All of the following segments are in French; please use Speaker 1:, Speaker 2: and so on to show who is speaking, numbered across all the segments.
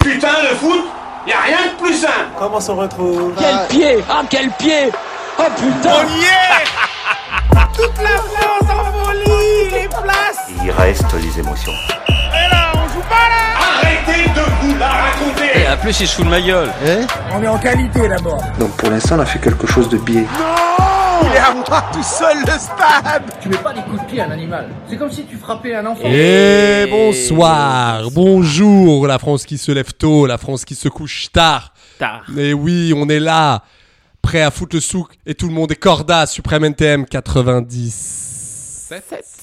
Speaker 1: Putain, le foot, y a rien de plus simple.
Speaker 2: Comment on se retrouve
Speaker 3: Quel pied Ah, quel pied Oh putain
Speaker 4: y est Toute la France en folie Les places
Speaker 5: Il reste les émotions.
Speaker 4: Et là, on joue pas là
Speaker 1: Arrêtez de vous la raconter.
Speaker 6: En plus, il se fout de ma gueule.
Speaker 4: On est en qualité d'abord
Speaker 7: Donc pour l'instant, on a fait quelque chose de biais.
Speaker 4: Il est à moi tout seul le stade
Speaker 8: Et bonsoir, bonjour, la France qui se lève tôt, la France qui se couche tard.
Speaker 6: Tard.
Speaker 8: Et oui, on est là, prêt à foutre le souk et tout le monde est corda, Suprême NTM 97.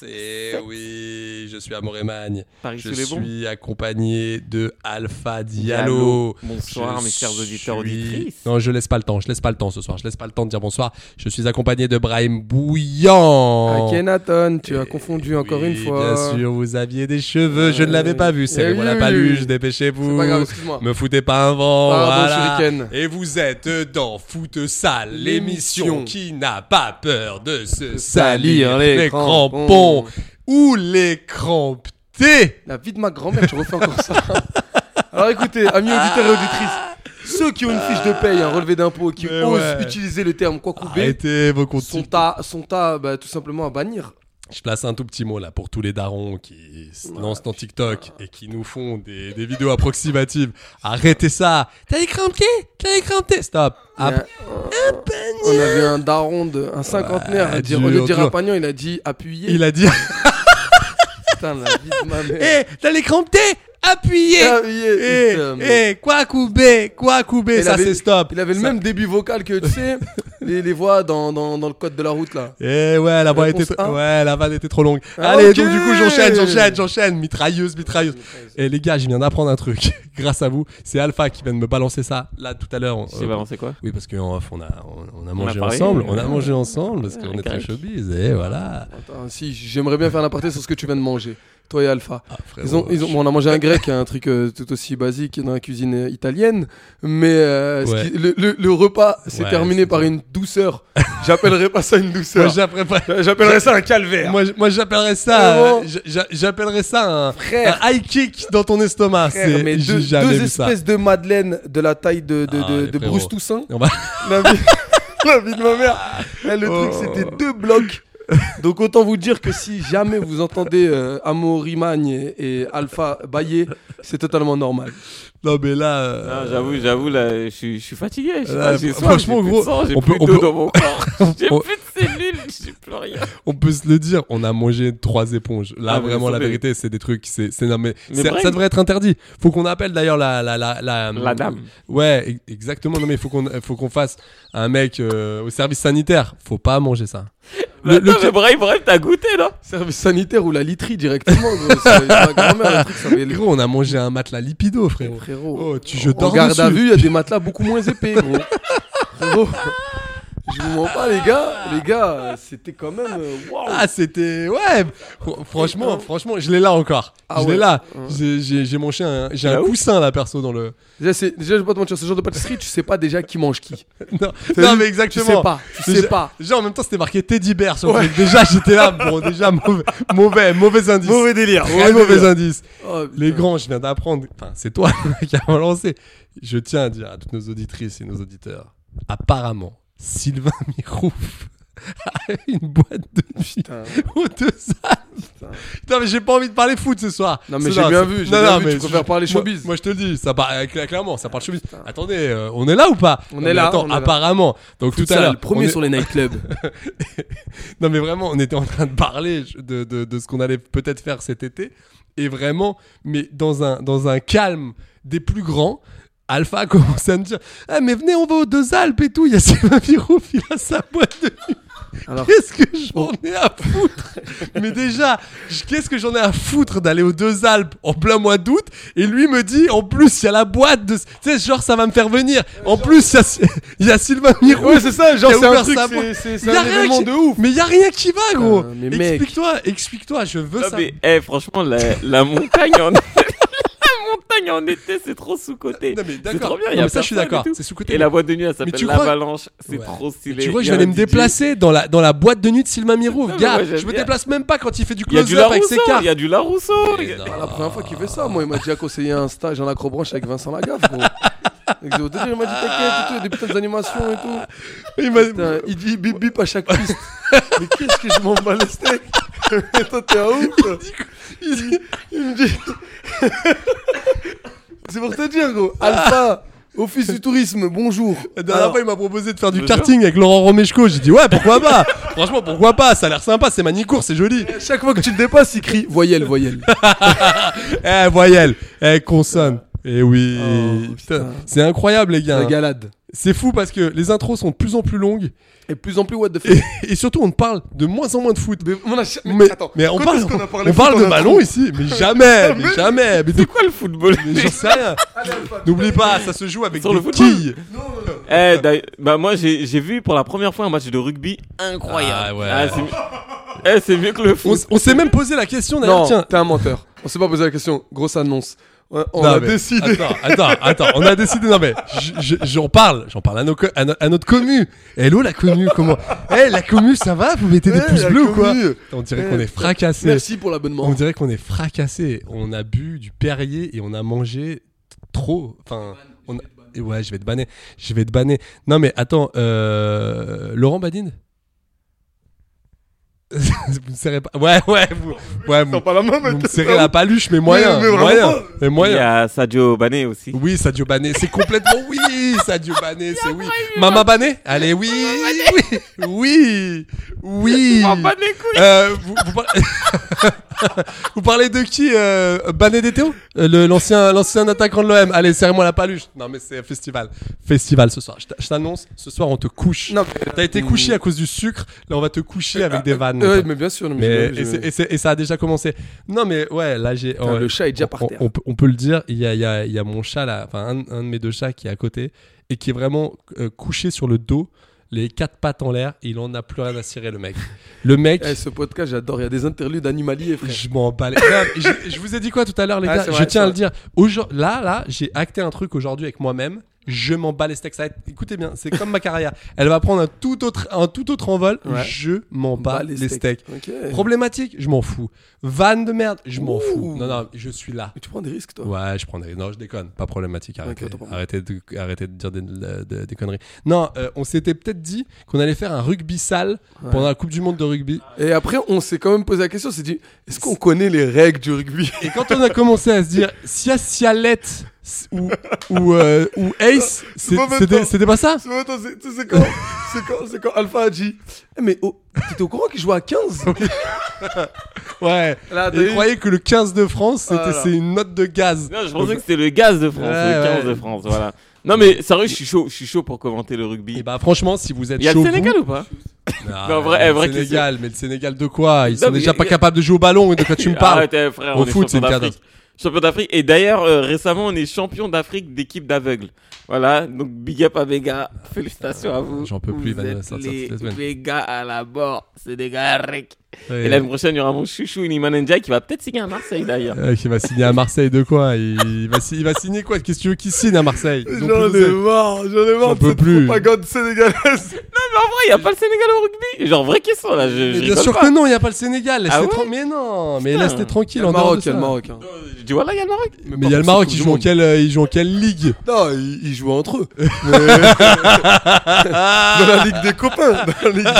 Speaker 8: Et Eh oui, je suis à Morémagne.
Speaker 6: Paris
Speaker 8: Je
Speaker 6: sous les bons.
Speaker 8: suis accompagné de Alpha Diallo.
Speaker 6: Diallo. Bonsoir,
Speaker 8: Je
Speaker 6: mes chers auditeurs, auditrices.
Speaker 8: Non, je laisse pas le temps, je laisse pas le temps ce soir, je laisse pas le temps de dire bonsoir. Je suis accompagné de Brahim Bouillant.
Speaker 9: Akhenaton, tu as
Speaker 8: Eh
Speaker 9: confondu
Speaker 8: oui,
Speaker 9: encore une fois.
Speaker 8: Bien sûr, vous aviez des cheveux, je ne l'avais pas vu. C'est
Speaker 9: Eh
Speaker 8: moi la
Speaker 9: oui, oui,
Speaker 8: paluche,
Speaker 9: oui.
Speaker 8: dépêchez-vous.
Speaker 9: C'est pas grave, excuse-moi.
Speaker 8: Me foutez pas un vent.
Speaker 9: Pardon,
Speaker 8: voilà.
Speaker 9: shuriken.
Speaker 8: Et vous êtes dans Foot Sale, l'émission
Speaker 9: L'émission.
Speaker 8: qui n'a pas peur de se
Speaker 9: salir
Speaker 8: salir
Speaker 9: les
Speaker 8: les crampons ou les crampetés.
Speaker 9: La vie de ma grand-mère, je refais encore ça. Alors écoutez, amis auditeurs et auditrices, ceux qui ont une fiche de paye, un relevé d'impôt, qui
Speaker 8: Mais
Speaker 9: osent
Speaker 8: ouais.
Speaker 9: utiliser le terme quoi couper,
Speaker 8: Arrêtez vos comptes.
Speaker 9: sont à, sont à bah, tout simplement à bannir.
Speaker 8: Je place un tout petit mot là pour tous les darons qui se lancent dans TikTok et qui nous font des, des vidéos approximatives. Arrêtez ça. T'as les crampetés T'as les crampetés Stop.
Speaker 9: Il y a- on avait un daron, de, un cinquantenaire,
Speaker 8: Bah,
Speaker 9: à dire,
Speaker 8: dur,
Speaker 9: au lieu de dire
Speaker 8: dur.
Speaker 9: apagnon, il a dit appuyer.
Speaker 8: Il a dit
Speaker 9: Putain, la vie de ma
Speaker 8: Eh,
Speaker 9: mère.
Speaker 8: t'as les crampes T Appuyez
Speaker 9: Ah, Appuyer,
Speaker 8: Eh,
Speaker 9: putain, mais-
Speaker 8: eh, quoi coubé Quoi coubé
Speaker 9: euh, Il
Speaker 8: Ça
Speaker 9: avait-
Speaker 8: c'est stop
Speaker 9: Il avait le
Speaker 8: eh. Ça-
Speaker 9: même début vocal que, tu sais, les, les voix dans, dans, dans le code de la route là.
Speaker 8: Eh ouais, la voix était,
Speaker 9: Réponse
Speaker 8: tr-
Speaker 9: A.
Speaker 8: ouais, la vanne était trop longue.
Speaker 9: Ah,
Speaker 8: Allez,
Speaker 9: ok.
Speaker 8: donc du coup, j'enchaîne, j'enchaîne, j'enchaîne, mitrailleuse, mitrailleuse. Eh les gars, je viens d'apprendre un truc, grâce à vous. C'est Alpha qui vient de me balancer ça là tout à l'heure. on-
Speaker 6: C'est
Speaker 8: euh,
Speaker 6: vraiment c'est quoi
Speaker 8: Oui, parce qu'en off, on a, on, on a mangé
Speaker 6: parlé,
Speaker 8: ensemble,
Speaker 6: euh,
Speaker 8: on a mangé ensemble parce
Speaker 6: euh,
Speaker 8: qu'on est très
Speaker 6: correct.
Speaker 8: showbiz. Et voilà.
Speaker 9: Attends, si, j'aimerais bien faire l'aparté sur ce que tu viens de manger, toi et Alpha.
Speaker 8: Ah, frérot,
Speaker 9: Ils ont, ils ont, bon, on a mangé un grec, un truc euh, tout aussi basique dans la cuisine euh, italienne, mais euh, ce
Speaker 8: Ouais.
Speaker 9: qui- le, le- le repas s'est
Speaker 8: Ouais,
Speaker 9: terminé
Speaker 8: c'est
Speaker 9: par
Speaker 8: ça.
Speaker 9: une douceur. J'appellerais pas ça une
Speaker 8: Moi,
Speaker 9: douceur.
Speaker 8: j'appellerais pas-
Speaker 9: J'appellerais ça un calvaire.
Speaker 8: moi, j- moi, j'appellerais ça, euh,
Speaker 9: Frérot.
Speaker 8: j- j'a- j'appellerais ça un,
Speaker 9: Frère.
Speaker 8: un high kick dans ton estomac.
Speaker 9: Frère,
Speaker 8: C'est-
Speaker 9: mais
Speaker 8: j'ai
Speaker 9: deux,
Speaker 8: jamais
Speaker 9: deux
Speaker 8: vu ça.
Speaker 9: espèces de madeleine de la taille de, de,
Speaker 8: Ah,
Speaker 9: de-
Speaker 8: les
Speaker 9: de
Speaker 8: frérots.
Speaker 9: Bruce Toussaint.
Speaker 8: On va-
Speaker 9: La vie, la vie de ma mère. Eh, le
Speaker 8: Oh.
Speaker 9: truc, c'était deux blocs. Donc autant vous dire que si jamais vous entendez euh, Amo Rimagne et, et Alpha Baillé, c'est totalement normal.
Speaker 8: Non mais là, euh,
Speaker 6: Non, Ah, j'avoue, j'avoue, là, je suis, je suis fatigué. Je sais
Speaker 8: Là,
Speaker 6: pas, j'ai
Speaker 8: fr-
Speaker 6: soif,
Speaker 8: franchement,
Speaker 6: j'ai plus de
Speaker 8: gros,
Speaker 6: sang, j'ai
Speaker 8: on
Speaker 6: plus
Speaker 8: peut- on
Speaker 6: d'eau
Speaker 8: peut-
Speaker 6: dans mon corps. J'ai
Speaker 8: on-
Speaker 6: plus de cellules, j'ai plus rien.
Speaker 8: on peut se le dire, on a mangé trois éponges. Là
Speaker 6: Ah, mais
Speaker 8: vraiment la
Speaker 6: attendez.
Speaker 8: vérité, c'est des trucs, c'est, c'est non mais,
Speaker 6: Mais
Speaker 8: c'est-
Speaker 6: Brian-
Speaker 8: ça devrait être interdit. Faut qu'on appelle d'ailleurs la la la la,
Speaker 6: La dame.
Speaker 8: Ouais, e- exactement. Non mais faut qu'on faut qu'on fasse un mec euh, au service sanitaire. Faut pas manger ça. Le-
Speaker 6: Le,
Speaker 8: le-
Speaker 6: Attends, mais Brahim, Brahim, t'as goûté, là
Speaker 9: Service sanitaire ou la literie directement. gros. C'est ma grand-mère, le truc, ça avait
Speaker 8: Gros, on a mangé un matelas lipido, frérot.
Speaker 9: Frérot,
Speaker 8: Oh, tu je
Speaker 9: en
Speaker 8: dors
Speaker 9: garde à
Speaker 8: dessus.
Speaker 9: vue, il y a des matelas beaucoup moins épais. Gros. Frérot, je vous mens pas, les gars. Les gars, c'était quand même. euh, waouh.
Speaker 8: Ah, c'était ouais. fr- Franchement, franchement, je l'ai là encore.
Speaker 9: Ah
Speaker 8: je l'ai
Speaker 9: ouais. Ah
Speaker 8: là. J'ai j'ai j'ai mangé un j'ai un
Speaker 6: Là où
Speaker 8: coussin là perso dans le.
Speaker 9: Déjà, c'est- déjà, je vais pas te mentir, ce genre de pâtisserie, tu sais pas déjà qui mange qui.
Speaker 8: Non,
Speaker 9: T'as
Speaker 8: non
Speaker 9: vu
Speaker 8: mais
Speaker 9: Tu
Speaker 8: exactement.
Speaker 9: sais pas, tu sais
Speaker 8: Je-
Speaker 9: pas.
Speaker 8: Déjà, en même temps, c'était marqué Teddy Bear sur le truc. Déjà, j'étais là, bon, déjà, mauvais, mauvais, mauvais indice. Mauvais délire. Très mauvais indice.
Speaker 9: Oh,
Speaker 8: Les grands, je viens d'apprendre, enfin, c'est toi qui as relancé. Je tiens à dire à toutes nos auditrices et nos auditeurs, apparemment, Sylvain Mirouf a une boîte de nuit
Speaker 9: Oh, putain.
Speaker 8: aux deux salles. Non, mais j'ai pas envie de parler foot ce soir.
Speaker 9: Non, mais
Speaker 8: Ce
Speaker 9: j'ai
Speaker 8: soir,
Speaker 9: bien
Speaker 8: c'est-
Speaker 9: vu, j'ai
Speaker 8: Non,
Speaker 9: bien
Speaker 8: non,
Speaker 9: vu,
Speaker 8: mais
Speaker 9: tu préfères
Speaker 8: je-
Speaker 9: parler
Speaker 8: moi-
Speaker 9: showbiz.
Speaker 8: Moi, je te le dis, ça parle, clairement, ça parle showbiz. Attendez, euh, on est là ou pas
Speaker 9: On
Speaker 8: Non,
Speaker 9: est
Speaker 8: mais
Speaker 9: là,
Speaker 8: Attends,
Speaker 9: on est là.
Speaker 8: apparemment. Donc, tout à
Speaker 9: Futsal,
Speaker 8: l'heure. on
Speaker 9: premier
Speaker 8: est-
Speaker 9: sur les nightclubs.
Speaker 8: Non mais vraiment, on était en train de parler je- de, de, de ce qu'on allait peut-être faire cet été. Et vraiment, mais dans un, dans un calme des plus grands, Alpha a commencé à me dire « Ah mais venez, on va aux deux Alpes et tout, il y a Sylvain Virouf, il a sa boîte de nuit.
Speaker 9: Alors-
Speaker 8: Qu'est-ce que j'en ai à foutre Mais déjà, je- qu'est-ce que j'en ai à foutre d'aller aux deux Alpes en plein mois d'août Et lui me dit, en plus, il y a la boîte de... Tu sais, genre, ça va me faire venir. En plus, il y a- il y, a Sylvain Virouf.
Speaker 9: Ouais, c'est ça, genre
Speaker 8: Qui a
Speaker 9: c'est un
Speaker 8: ouvert
Speaker 9: truc,
Speaker 8: sa
Speaker 9: c'est-
Speaker 8: boîte.
Speaker 9: c'est c'est
Speaker 8: Y a
Speaker 9: un
Speaker 8: rien
Speaker 9: événement
Speaker 8: qui-
Speaker 9: de ouf. Euh,
Speaker 8: Mais y a rien qui va, gros.
Speaker 9: mais mec.
Speaker 8: Explique-toi, explique-toi, je veux
Speaker 6: Non,
Speaker 8: ça.
Speaker 6: mais, eh, franchement, la, la montagne, en... la montagne en été, c'est trop sous-côté.
Speaker 8: Non, mais
Speaker 6: C'est trop
Speaker 8: d'accord.
Speaker 6: bien, il y
Speaker 8: Non,
Speaker 6: a
Speaker 8: mais ça, je suis
Speaker 6: personne et
Speaker 8: d'accord.
Speaker 6: tout.
Speaker 8: C'est sous-côté.
Speaker 6: Et la boîte de nuit, elle
Speaker 8: tu
Speaker 6: s'appelle
Speaker 8: crois-
Speaker 6: l'Avalanche. C'est
Speaker 8: Ouais.
Speaker 6: trop stylé.
Speaker 8: Tu vois,
Speaker 6: Il y
Speaker 8: je
Speaker 6: a
Speaker 8: vais aller
Speaker 6: un
Speaker 8: me
Speaker 6: DJ.
Speaker 8: déplacer dans la, dans la boîte de nuit de Sylvain Mirou.
Speaker 6: mais
Speaker 8: Gars,
Speaker 6: moi, j'aime
Speaker 8: je me
Speaker 6: bien.
Speaker 8: déplace même pas quand il fait du
Speaker 6: Il y a du
Speaker 8: close-up avec
Speaker 6: Larousseau.
Speaker 8: ses cartes.
Speaker 6: Il y a du Larousseau. il y a-
Speaker 9: Pas Ah, la première fois qu'il fait ça, moi il m'a déjà conseillé un stage en acrobranche avec Vincent Lagaffe, gros. Avec Zéro Déchet, Il m'a dit t'inquiète, et tout, des putains d'animations et tout.
Speaker 8: Il m'a-
Speaker 9: Putain, il dit bip bip à chaque piste. Mais qu'est-ce que je m'en bats les steaks Mais Toi t'es un ouf quoi. Il, dit- il me dit. C'est pour te dire gros. Alpha, Office du tourisme, bonjour.
Speaker 8: La dernière
Speaker 9: Alors,
Speaker 8: fois, il m'a proposé de faire du
Speaker 6: Bonjour.
Speaker 8: karting avec Laurent Romeshko. J'ai dit, ouais, pourquoi pas Franchement, pourquoi pas Ça a l'air sympa, c'est manicourt, c'est joli.
Speaker 9: chaque fois que tu le dépasses, il crie voyelle, voyelle.
Speaker 8: Eh, voyelle, eh, consonne. Eh oui,
Speaker 9: Oh,
Speaker 8: Putain,
Speaker 9: putain.
Speaker 8: c'est incroyable, les gars.
Speaker 9: La galade.
Speaker 8: C'est fou parce que les intros sont de plus en plus longues
Speaker 9: Et de plus en plus what the fuck.
Speaker 8: et, et surtout, on parle de moins en moins de foot.
Speaker 9: Mais, on a- mais
Speaker 8: Mais,
Speaker 9: attends,
Speaker 8: mais on
Speaker 9: quand
Speaker 8: parle,
Speaker 9: est-ce qu'on a
Speaker 8: on
Speaker 9: parlé
Speaker 8: parle
Speaker 9: foot
Speaker 8: de
Speaker 9: en
Speaker 8: ballon
Speaker 9: intro
Speaker 8: ici, mais jamais, mais jamais, mais de
Speaker 6: C'est quoi le football
Speaker 8: Mais J'en sais rien. N'oublie pas, ça se joue avec
Speaker 6: Sur
Speaker 8: des
Speaker 6: le football.
Speaker 8: quilles.
Speaker 6: Eh, d'ailleurs- bah moi j'ai j'ai vu pour la première fois un match de rugby incroyable.
Speaker 8: Ah ouais.
Speaker 6: c'est mieux- eh, c'est mieux que le
Speaker 8: On,
Speaker 6: foot.
Speaker 8: s- on s'est même posé la question d'ailleurs.
Speaker 9: Non,
Speaker 8: Tiens,
Speaker 9: t'es un menteur. On s'est pas posé la question. Grosse annonce. On, on
Speaker 8: Non,
Speaker 9: a
Speaker 8: mais-
Speaker 9: décidé.
Speaker 8: Attends, attends, attends. On a décidé. Non mais, j- j- j'en parle, j'en parle à, nos co- à, no- à notre commu. Hello la commu, comment Eh la commu, ça va Vous mettez des
Speaker 9: Eh,
Speaker 8: pouces
Speaker 9: la
Speaker 8: bleus ou quoi
Speaker 9: commu.
Speaker 8: On dirait
Speaker 9: Eh,
Speaker 8: qu'on est
Speaker 9: putain.
Speaker 8: fracassé.
Speaker 9: Merci pour
Speaker 8: On
Speaker 9: l'abonnement.
Speaker 8: dirait qu'on est fracassé. On a bu du Perrier et on a mangé t- trop. Enfin, on a- et ouais, je vais te banner. Je vais te banner. Non mais attends, euh, Laurent Badine. vous me serrez pas. Ouais, ouais, vous. Ouais, vous,
Speaker 9: la main,
Speaker 8: vous me serrez la paluche, mais moyen,
Speaker 9: mais vraiment
Speaker 8: moyen,
Speaker 9: pas.
Speaker 8: mais
Speaker 6: Il y
Speaker 8: moyen.
Speaker 6: a Sadio Bané aussi.
Speaker 8: Oui, Sadio Bané, c'est complètement oui, Sadio Bané, c'est oui. Maman Bané Allez, oui, oui, oui, oui.
Speaker 6: Ah, pas des couilles.
Speaker 8: Euh, vous, vous parlez... Vous parlez de qui euh, Bané DTO Euh, le- L'ancien l'ancien attaquant de l'OM. Allez, serre-moi la paluche. Non, mais c'est festival. Festival ce soir. Je t'a- Je t'annonce, ce soir, on te couche.
Speaker 9: Non,
Speaker 8: T'as été couché à cause du sucre. Là, on va te coucher avec des vannes.
Speaker 9: Ouais, mais bien sûr. non,
Speaker 8: Mais,
Speaker 9: je-
Speaker 8: et, c'est- et c'est- et ça a déjà commencé. Non, mais ouais, là j'ai.
Speaker 9: Putain,
Speaker 8: ouais,
Speaker 9: le chat est déjà
Speaker 8: on-
Speaker 9: par
Speaker 8: on-
Speaker 9: terre.
Speaker 8: On, peut- on peut le dire, il y a, il y a- il y a mon chat là, enfin un, un de mes deux chats qui est à côté et qui est vraiment euh, couché sur le dos, les quatre pattes en l'air, il en a plus rien à cirer le mec. Le mec.
Speaker 9: Eh, ce podcast, j'adore. Il y a des interludes animaliers, frère.
Speaker 8: Je m'en bats les- Non, mais je, je vous ai dit quoi tout à l'heure, les
Speaker 9: Ah,
Speaker 8: gars
Speaker 9: c'est
Speaker 8: Je
Speaker 9: vrai,
Speaker 8: tiens à
Speaker 9: c'est
Speaker 8: le dire. Aujourd'hui, là, là, j'ai acté un truc aujourd'hui avec moi-même. Je m'en bats les steaks. Ça va être- Écoutez bien, c'est comme ma carrière. Elle va prendre un tout autre, un tout autre envol.
Speaker 9: Ouais.
Speaker 8: Je m'en bats,
Speaker 9: Bah,
Speaker 8: les, steaks.
Speaker 9: Ok.
Speaker 8: Problématique, je m'en fous. Vanne de merde, je m'en
Speaker 9: Euh, Ouh.
Speaker 8: fous. Non, non, je suis là.
Speaker 9: Mais tu prends des risques, toi.
Speaker 8: Ouais, je prendrais. Non, je déconne. Pas problématique. Arrêtez,
Speaker 9: autant pour moi.
Speaker 8: arrêtez, de, arrêtez de dire des, de- des conneries. Non, euh, on s'était peut-être dit qu'on allait faire un rugby sale pendant la Coupe du Monde de rugby.
Speaker 9: Et après, on s'est quand même posé la question. On s'est dit, est-ce qu'on connaît les règles du rugby
Speaker 8: Et quand on a commencé à se dire Sia Sialette ou, ou, euh, ou Ace, c'est-
Speaker 9: pas maintenant.
Speaker 8: c'était c'était pas ça
Speaker 9: C'est vrai, attends, c'est- tu sais, c'est quand, c'est quand, c'est quand Alpha a dit, Eh, mais oh, t'étais au courant qu'il jouait à 15
Speaker 8: Ouais.
Speaker 9: Là, Ah,
Speaker 8: Et
Speaker 9: t'as Ah,
Speaker 8: ils
Speaker 9: eu-
Speaker 8: croyaient que le 15 de France, c'était
Speaker 9: Voilà.
Speaker 8: c'est une note de gaz.
Speaker 6: Non, je pensais que c'était le gaz de France,
Speaker 8: Ouais,
Speaker 6: le 15
Speaker 8: ouais.
Speaker 6: de France, voilà. Non mais sérieux, je suis chaud, je suis chaud pour commenter le
Speaker 8: Et
Speaker 6: rugby.
Speaker 8: bah franchement, si vous êtes
Speaker 6: Il y a
Speaker 8: chaud,
Speaker 6: le
Speaker 8: vous-
Speaker 6: Sénégal ou pas
Speaker 8: Ah,
Speaker 6: Mais en vrai- eh, vraie
Speaker 8: le
Speaker 6: question.
Speaker 8: Sénégal, mais le Sénégal de quoi Ils
Speaker 6: Non,
Speaker 8: sont
Speaker 6: mais
Speaker 8: déjà
Speaker 6: y a-
Speaker 8: pas capables de jouer au ballon, de quoi tu me parles
Speaker 6: Arrête, eh, frère,
Speaker 8: Au
Speaker 6: on est
Speaker 8: foot, c'est
Speaker 6: champion
Speaker 8: une
Speaker 6: d'Afrique. Champion d'Afrique. Et d'ailleurs, euh, récemment, on est champion d'Afrique d'équipe d'aveugle. Voilà, donc big up à Vega. Félicitations à vous.
Speaker 8: j'en peux plus,
Speaker 6: vous
Speaker 8: Vanessa,
Speaker 6: êtes
Speaker 8: sortir
Speaker 6: les
Speaker 8: toute la semaine.
Speaker 6: Vega à la bord, c'est des gars rics.
Speaker 8: Ouais.
Speaker 6: Et l'année prochaine, il y aura mon chouchou Inimanenja qui va peut-être signer à Marseille d'ailleurs.
Speaker 8: Euh, qui va signer à Marseille de quoi il... il va si- il va signer quoi Qu'est-ce que tu veux qu'il signe à Marseille Ils ont plus
Speaker 9: J'en
Speaker 8: d'oseille.
Speaker 9: ai marre, j'en ai
Speaker 8: J'en
Speaker 9: marre de
Speaker 8: peux
Speaker 9: cette
Speaker 8: plus.
Speaker 9: propagande sénégalaise.
Speaker 6: Mais en vrai, il n'y a pas le Sénégal au rugby. Genre, vraie question là. Je,
Speaker 8: Mais
Speaker 6: je
Speaker 8: bien
Speaker 6: rigole
Speaker 8: sûr
Speaker 6: pas.
Speaker 8: que non, il n'y a pas le Sénégal. Laissez
Speaker 6: Ah ouais
Speaker 8: tran- Mais non, mais
Speaker 6: Putain.
Speaker 8: laissez tranquille. en
Speaker 9: Le
Speaker 8: dehors
Speaker 9: Maroc,
Speaker 8: de
Speaker 9: il y a
Speaker 8: ça.
Speaker 9: le Maroc. hein.
Speaker 6: Je dis voilà, il y a le Maroc.
Speaker 8: Mais il y a le Maroc, ils jouent, en quelle, euh, ils jouent en quelle ligue
Speaker 9: Non, ils, ils jouent entre eux. Mais- dans la Ligue des copains. Dans la Ligue des...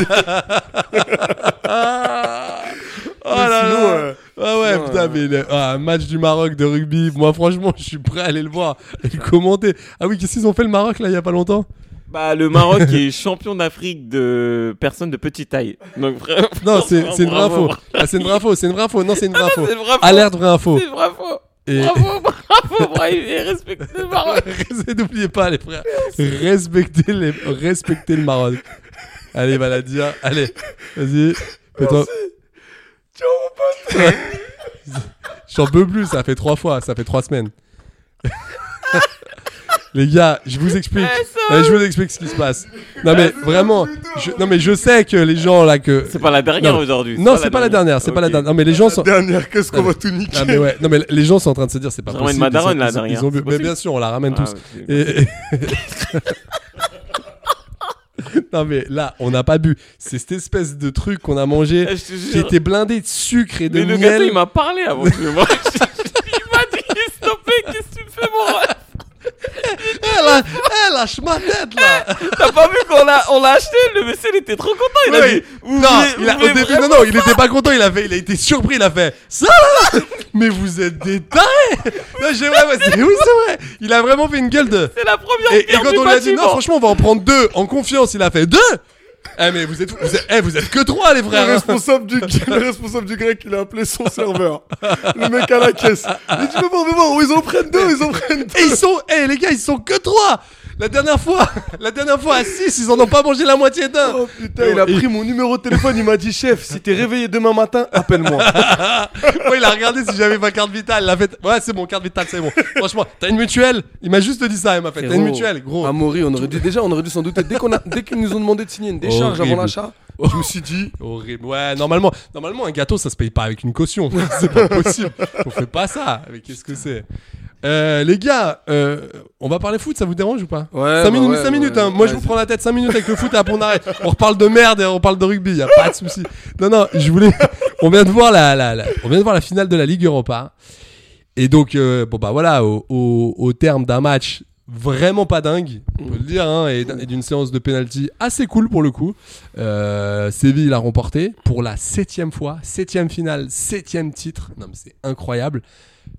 Speaker 8: Oh là
Speaker 9: sinon,
Speaker 8: là.
Speaker 9: euh,
Speaker 8: Ah ouais,
Speaker 9: sinon,
Speaker 8: putain,
Speaker 9: euh,
Speaker 8: mais le- ah, un match du Maroc de rugby, moi franchement, je suis prêt à aller le voir et le commenter. Ah oui, qu'est-ce qu'ils ont fait le Maroc là, il y a pas longtemps
Speaker 6: Bah, le Maroc est champion d'Afrique de personnes de petite taille. Donc, vraiment,
Speaker 8: Non, c'est c'est une vraie
Speaker 6: bravo.
Speaker 8: info. Ah, c'est une vraie info, c'est une vraie info. Non, c'est
Speaker 9: Ah,
Speaker 8: une vraie info.
Speaker 6: C'est bravo.
Speaker 8: Alerte vraie info.
Speaker 6: C'est bravo.
Speaker 8: Et-
Speaker 6: Bravo, bravo, bravo. Et respectez le Maroc.
Speaker 8: N'oubliez pas, les frères. Respectez, les... Respectez le Maroc. Allez, Valadia. Allez, vas-y. Fais-toi-
Speaker 9: Ciao, mon pote.
Speaker 8: J'en peux plus, ça fait trois fois, ça fait trois semaines. Les gars, je vous explique. Ouais, je vous explique ce qui se passe. Non mais vraiment, je, non mais je sais que les gens là que
Speaker 6: C'est pas la dernière
Speaker 8: Non.
Speaker 6: aujourd'hui.
Speaker 8: non, c'est pas la dernière, c'est pas la
Speaker 6: Ok.
Speaker 8: dernière. Non mais les gens sont
Speaker 2: Dernière, qu'est-ce qu'on va tout niquer
Speaker 8: Ah mais ouais, non mais les gens sont en train de se dire c'est pas
Speaker 6: On ramène
Speaker 8: possible.
Speaker 6: ma
Speaker 8: ils sont-
Speaker 6: daronne, là,
Speaker 8: ils ont- ils
Speaker 6: derrière.
Speaker 8: ont-
Speaker 6: C'est
Speaker 8: mais
Speaker 6: possible.
Speaker 8: bien sûr, on la ramène
Speaker 6: Ah,
Speaker 8: tous.
Speaker 6: ok.
Speaker 8: Et- et- non mais là, on n'a pas bu. C'est cette espèce de truc qu'on a mangé
Speaker 6: Eh, je te jure.
Speaker 8: qui était blindé de sucre et de
Speaker 6: Mais le gâteau,
Speaker 8: miel.
Speaker 6: il m'a parlé avant que je le mange. Il m'a dit, stoppé, qu'est-ce que tu me fais, mon ref
Speaker 8: Eh, là, eh, lâche ma tête là.
Speaker 6: T'as pas vu qu'on l'a, on l'a acheté Le monsieur, il était trop content. Il a
Speaker 8: Oui.
Speaker 6: dit, vous
Speaker 8: non,
Speaker 6: voulez-
Speaker 8: il a-
Speaker 6: vous
Speaker 8: au
Speaker 6: voulez
Speaker 8: début, non,
Speaker 6: vraiment-
Speaker 8: non, il était pas content, il a fait, il a été surpris, il a fait ça. là mais vous êtes des tarés. Non, j'ai ouais, ouais, c'est oui, c'est vrai. Il a vraiment fait une gueule de.
Speaker 6: C'est la première
Speaker 8: Et, et
Speaker 6: pierre
Speaker 8: quand
Speaker 6: du
Speaker 8: on lui a dit
Speaker 6: bâtiment.
Speaker 8: non, franchement, on va en prendre deux en confiance, il a fait deux. Eh mais vous êtes vous êtes, eh, vous êtes que trois les
Speaker 2: Le
Speaker 8: frères. hein.
Speaker 2: responsable, du, le responsable du grec, il a appelé son serveur. Le mec à la caisse. Il dit, mais bon, mais bon, ils en prennent deux, ils en prennent deux.
Speaker 8: Et ils sont eh les gars, ils sont que trois. La dernière fois, la dernière fois à six, ils en ont pas mangé la moitié d'un.
Speaker 2: Oh putain, il a pris mon numéro de téléphone, il m'a dit, chef, si t'es réveillé demain matin, appelle-moi.
Speaker 8: Ouais, il a regardé si j'avais ma carte vitale, la fait Ouais, c'est bon, carte vitale, c'est bon. Franchement, t'as une mutuelle Il m'a juste dit ça, il m'a fait. T'as une mutuelle,
Speaker 2: Ah,
Speaker 8: gros.
Speaker 9: Amaury, Ah, on aurait dû déjà, on aurait dû s'en douter. Dès qu'on a, dès qu'ils nous ont demandé de signer une décharge
Speaker 8: Horrible.
Speaker 9: avant l'achat,
Speaker 8: Je me suis dit horrible. Ouais, normalement, normalement un gâteau ça se paye pas avec une caution. c'est pas possible. On fait pas ça. Mais qu'est-ce que c'est Euh, les gars, euh, on va parler foot, ça vous dérange ou pas
Speaker 9: Ouais, bah
Speaker 8: 5 minutes,
Speaker 9: ouais,
Speaker 8: cinq
Speaker 9: ouais,
Speaker 8: minutes hein. Moi je vous
Speaker 9: vas-y.
Speaker 8: prends la tête 5 minutes avec le foot et après on arrête. On reparle de merde et on parle de rugby, y a pas de souci. Non non, je voulais on vient de voir la, la- la- on vient de voir la finale de la Ligue Europa. Et donc euh, bon bah voilà, au, au- au terme d'un match vraiment pas dingue, on peut le dire hein, et d'un- et d'une séance de penalty assez cool pour le coup. Euh, Séville l'a remporté pour la septième fois, septième finale, septième titre. Non mais c'est incroyable.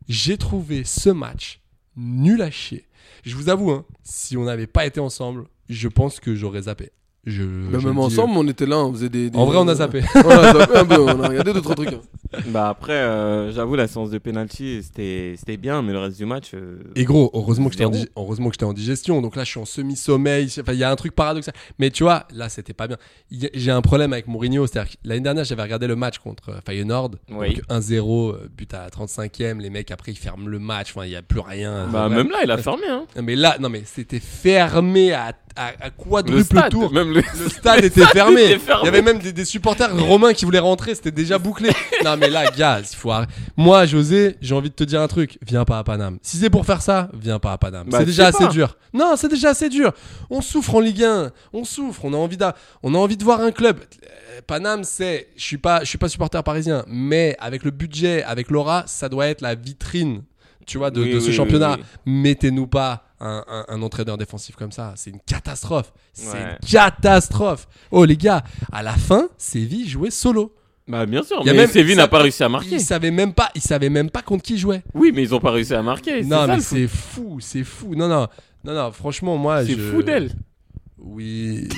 Speaker 8: J'ai trouvé ce match nul à chier. Je vous avoue, hein, si on n'avait pas été ensemble, je pense que j'aurais zappé. Je,
Speaker 9: bah,
Speaker 8: je
Speaker 9: même
Speaker 8: le dis, euh,
Speaker 9: ensemble, on était là, on faisait des. des-
Speaker 8: En vrai, on a zappé.
Speaker 9: on a zappé un peu, on a regardé d'autres trucs. hein.
Speaker 6: Bah après, euh, j'avoue, la séance de penalty, c'était, c'était bien, mais le reste du match. euh,
Speaker 8: Et gros, heureusement que j'étais en,
Speaker 6: Zéro.
Speaker 8: dig- heureusement que j'étais en digestion. Donc là, je suis en semi-sommeil. Enfin, il y a un truc paradoxal. Mais tu vois, là, c'était pas bien. Il y a- J'ai un problème avec Mourinho. C'est-à-dire que l'année dernière, j'avais regardé le match contre euh, Feyenoord.
Speaker 6: Oui.
Speaker 8: Donc 1-0, euh, but à la 35e. Les mecs, après, ils ferment le match. Enfin, il y a plus rien.
Speaker 6: Bah
Speaker 8: Ouais.
Speaker 6: même là, il a fermé. Hein.
Speaker 8: Non, Mais là, non, mais c'était fermé à, à, à quadruple tour.
Speaker 6: même le.
Speaker 8: Le stade était fermé.
Speaker 6: était fermé.
Speaker 8: Il y avait même des, des supporters romains qui voulaient rentrer, c'était déjà bouclé. non mais là, gars, il faut arrêter. Moi, José, j'ai envie de te dire un truc. Viens pas à Paname. Si c'est pour faire ça, viens pas à Paname.
Speaker 6: Bah,
Speaker 8: c'est
Speaker 6: tu
Speaker 8: déjà
Speaker 6: sais
Speaker 8: assez
Speaker 6: pas.
Speaker 8: dur. Non, c'est déjà assez dur. On souffre en Ligue 1. On souffre. On a envie d'a- on a envie de voir un club. Euh, Paname, c'est, je suis pas, je suis pas supporter parisien, mais avec le budget, avec l'aura, ça doit être la vitrine, tu vois, de,
Speaker 6: Oui,
Speaker 8: de ce
Speaker 6: oui, oui,
Speaker 8: championnat.
Speaker 6: oui.
Speaker 8: Mettez-nous pas un, un- un entraîneur défensif comme ça. C'est une catastrophe. C'est
Speaker 6: Ouais.
Speaker 8: une catastrophe. Oh les gars, à la fin, Séville jouait solo.
Speaker 6: Bah bien sûr,
Speaker 8: Il y a
Speaker 6: mais
Speaker 8: même-
Speaker 6: Séville
Speaker 8: ça-
Speaker 6: n'a pas réussi à marquer.
Speaker 8: Ils savaient même pas, ils savaient même pas contre qui jouait.
Speaker 6: Oui, mais ils ont pas réussi à marquer.
Speaker 8: non
Speaker 6: c'est ça,
Speaker 8: mais c'est
Speaker 6: le foot.
Speaker 8: fou, c'est fou. Non non, non non. Franchement moi,
Speaker 6: C'est
Speaker 8: je-
Speaker 6: fou d'elle.
Speaker 8: Oui.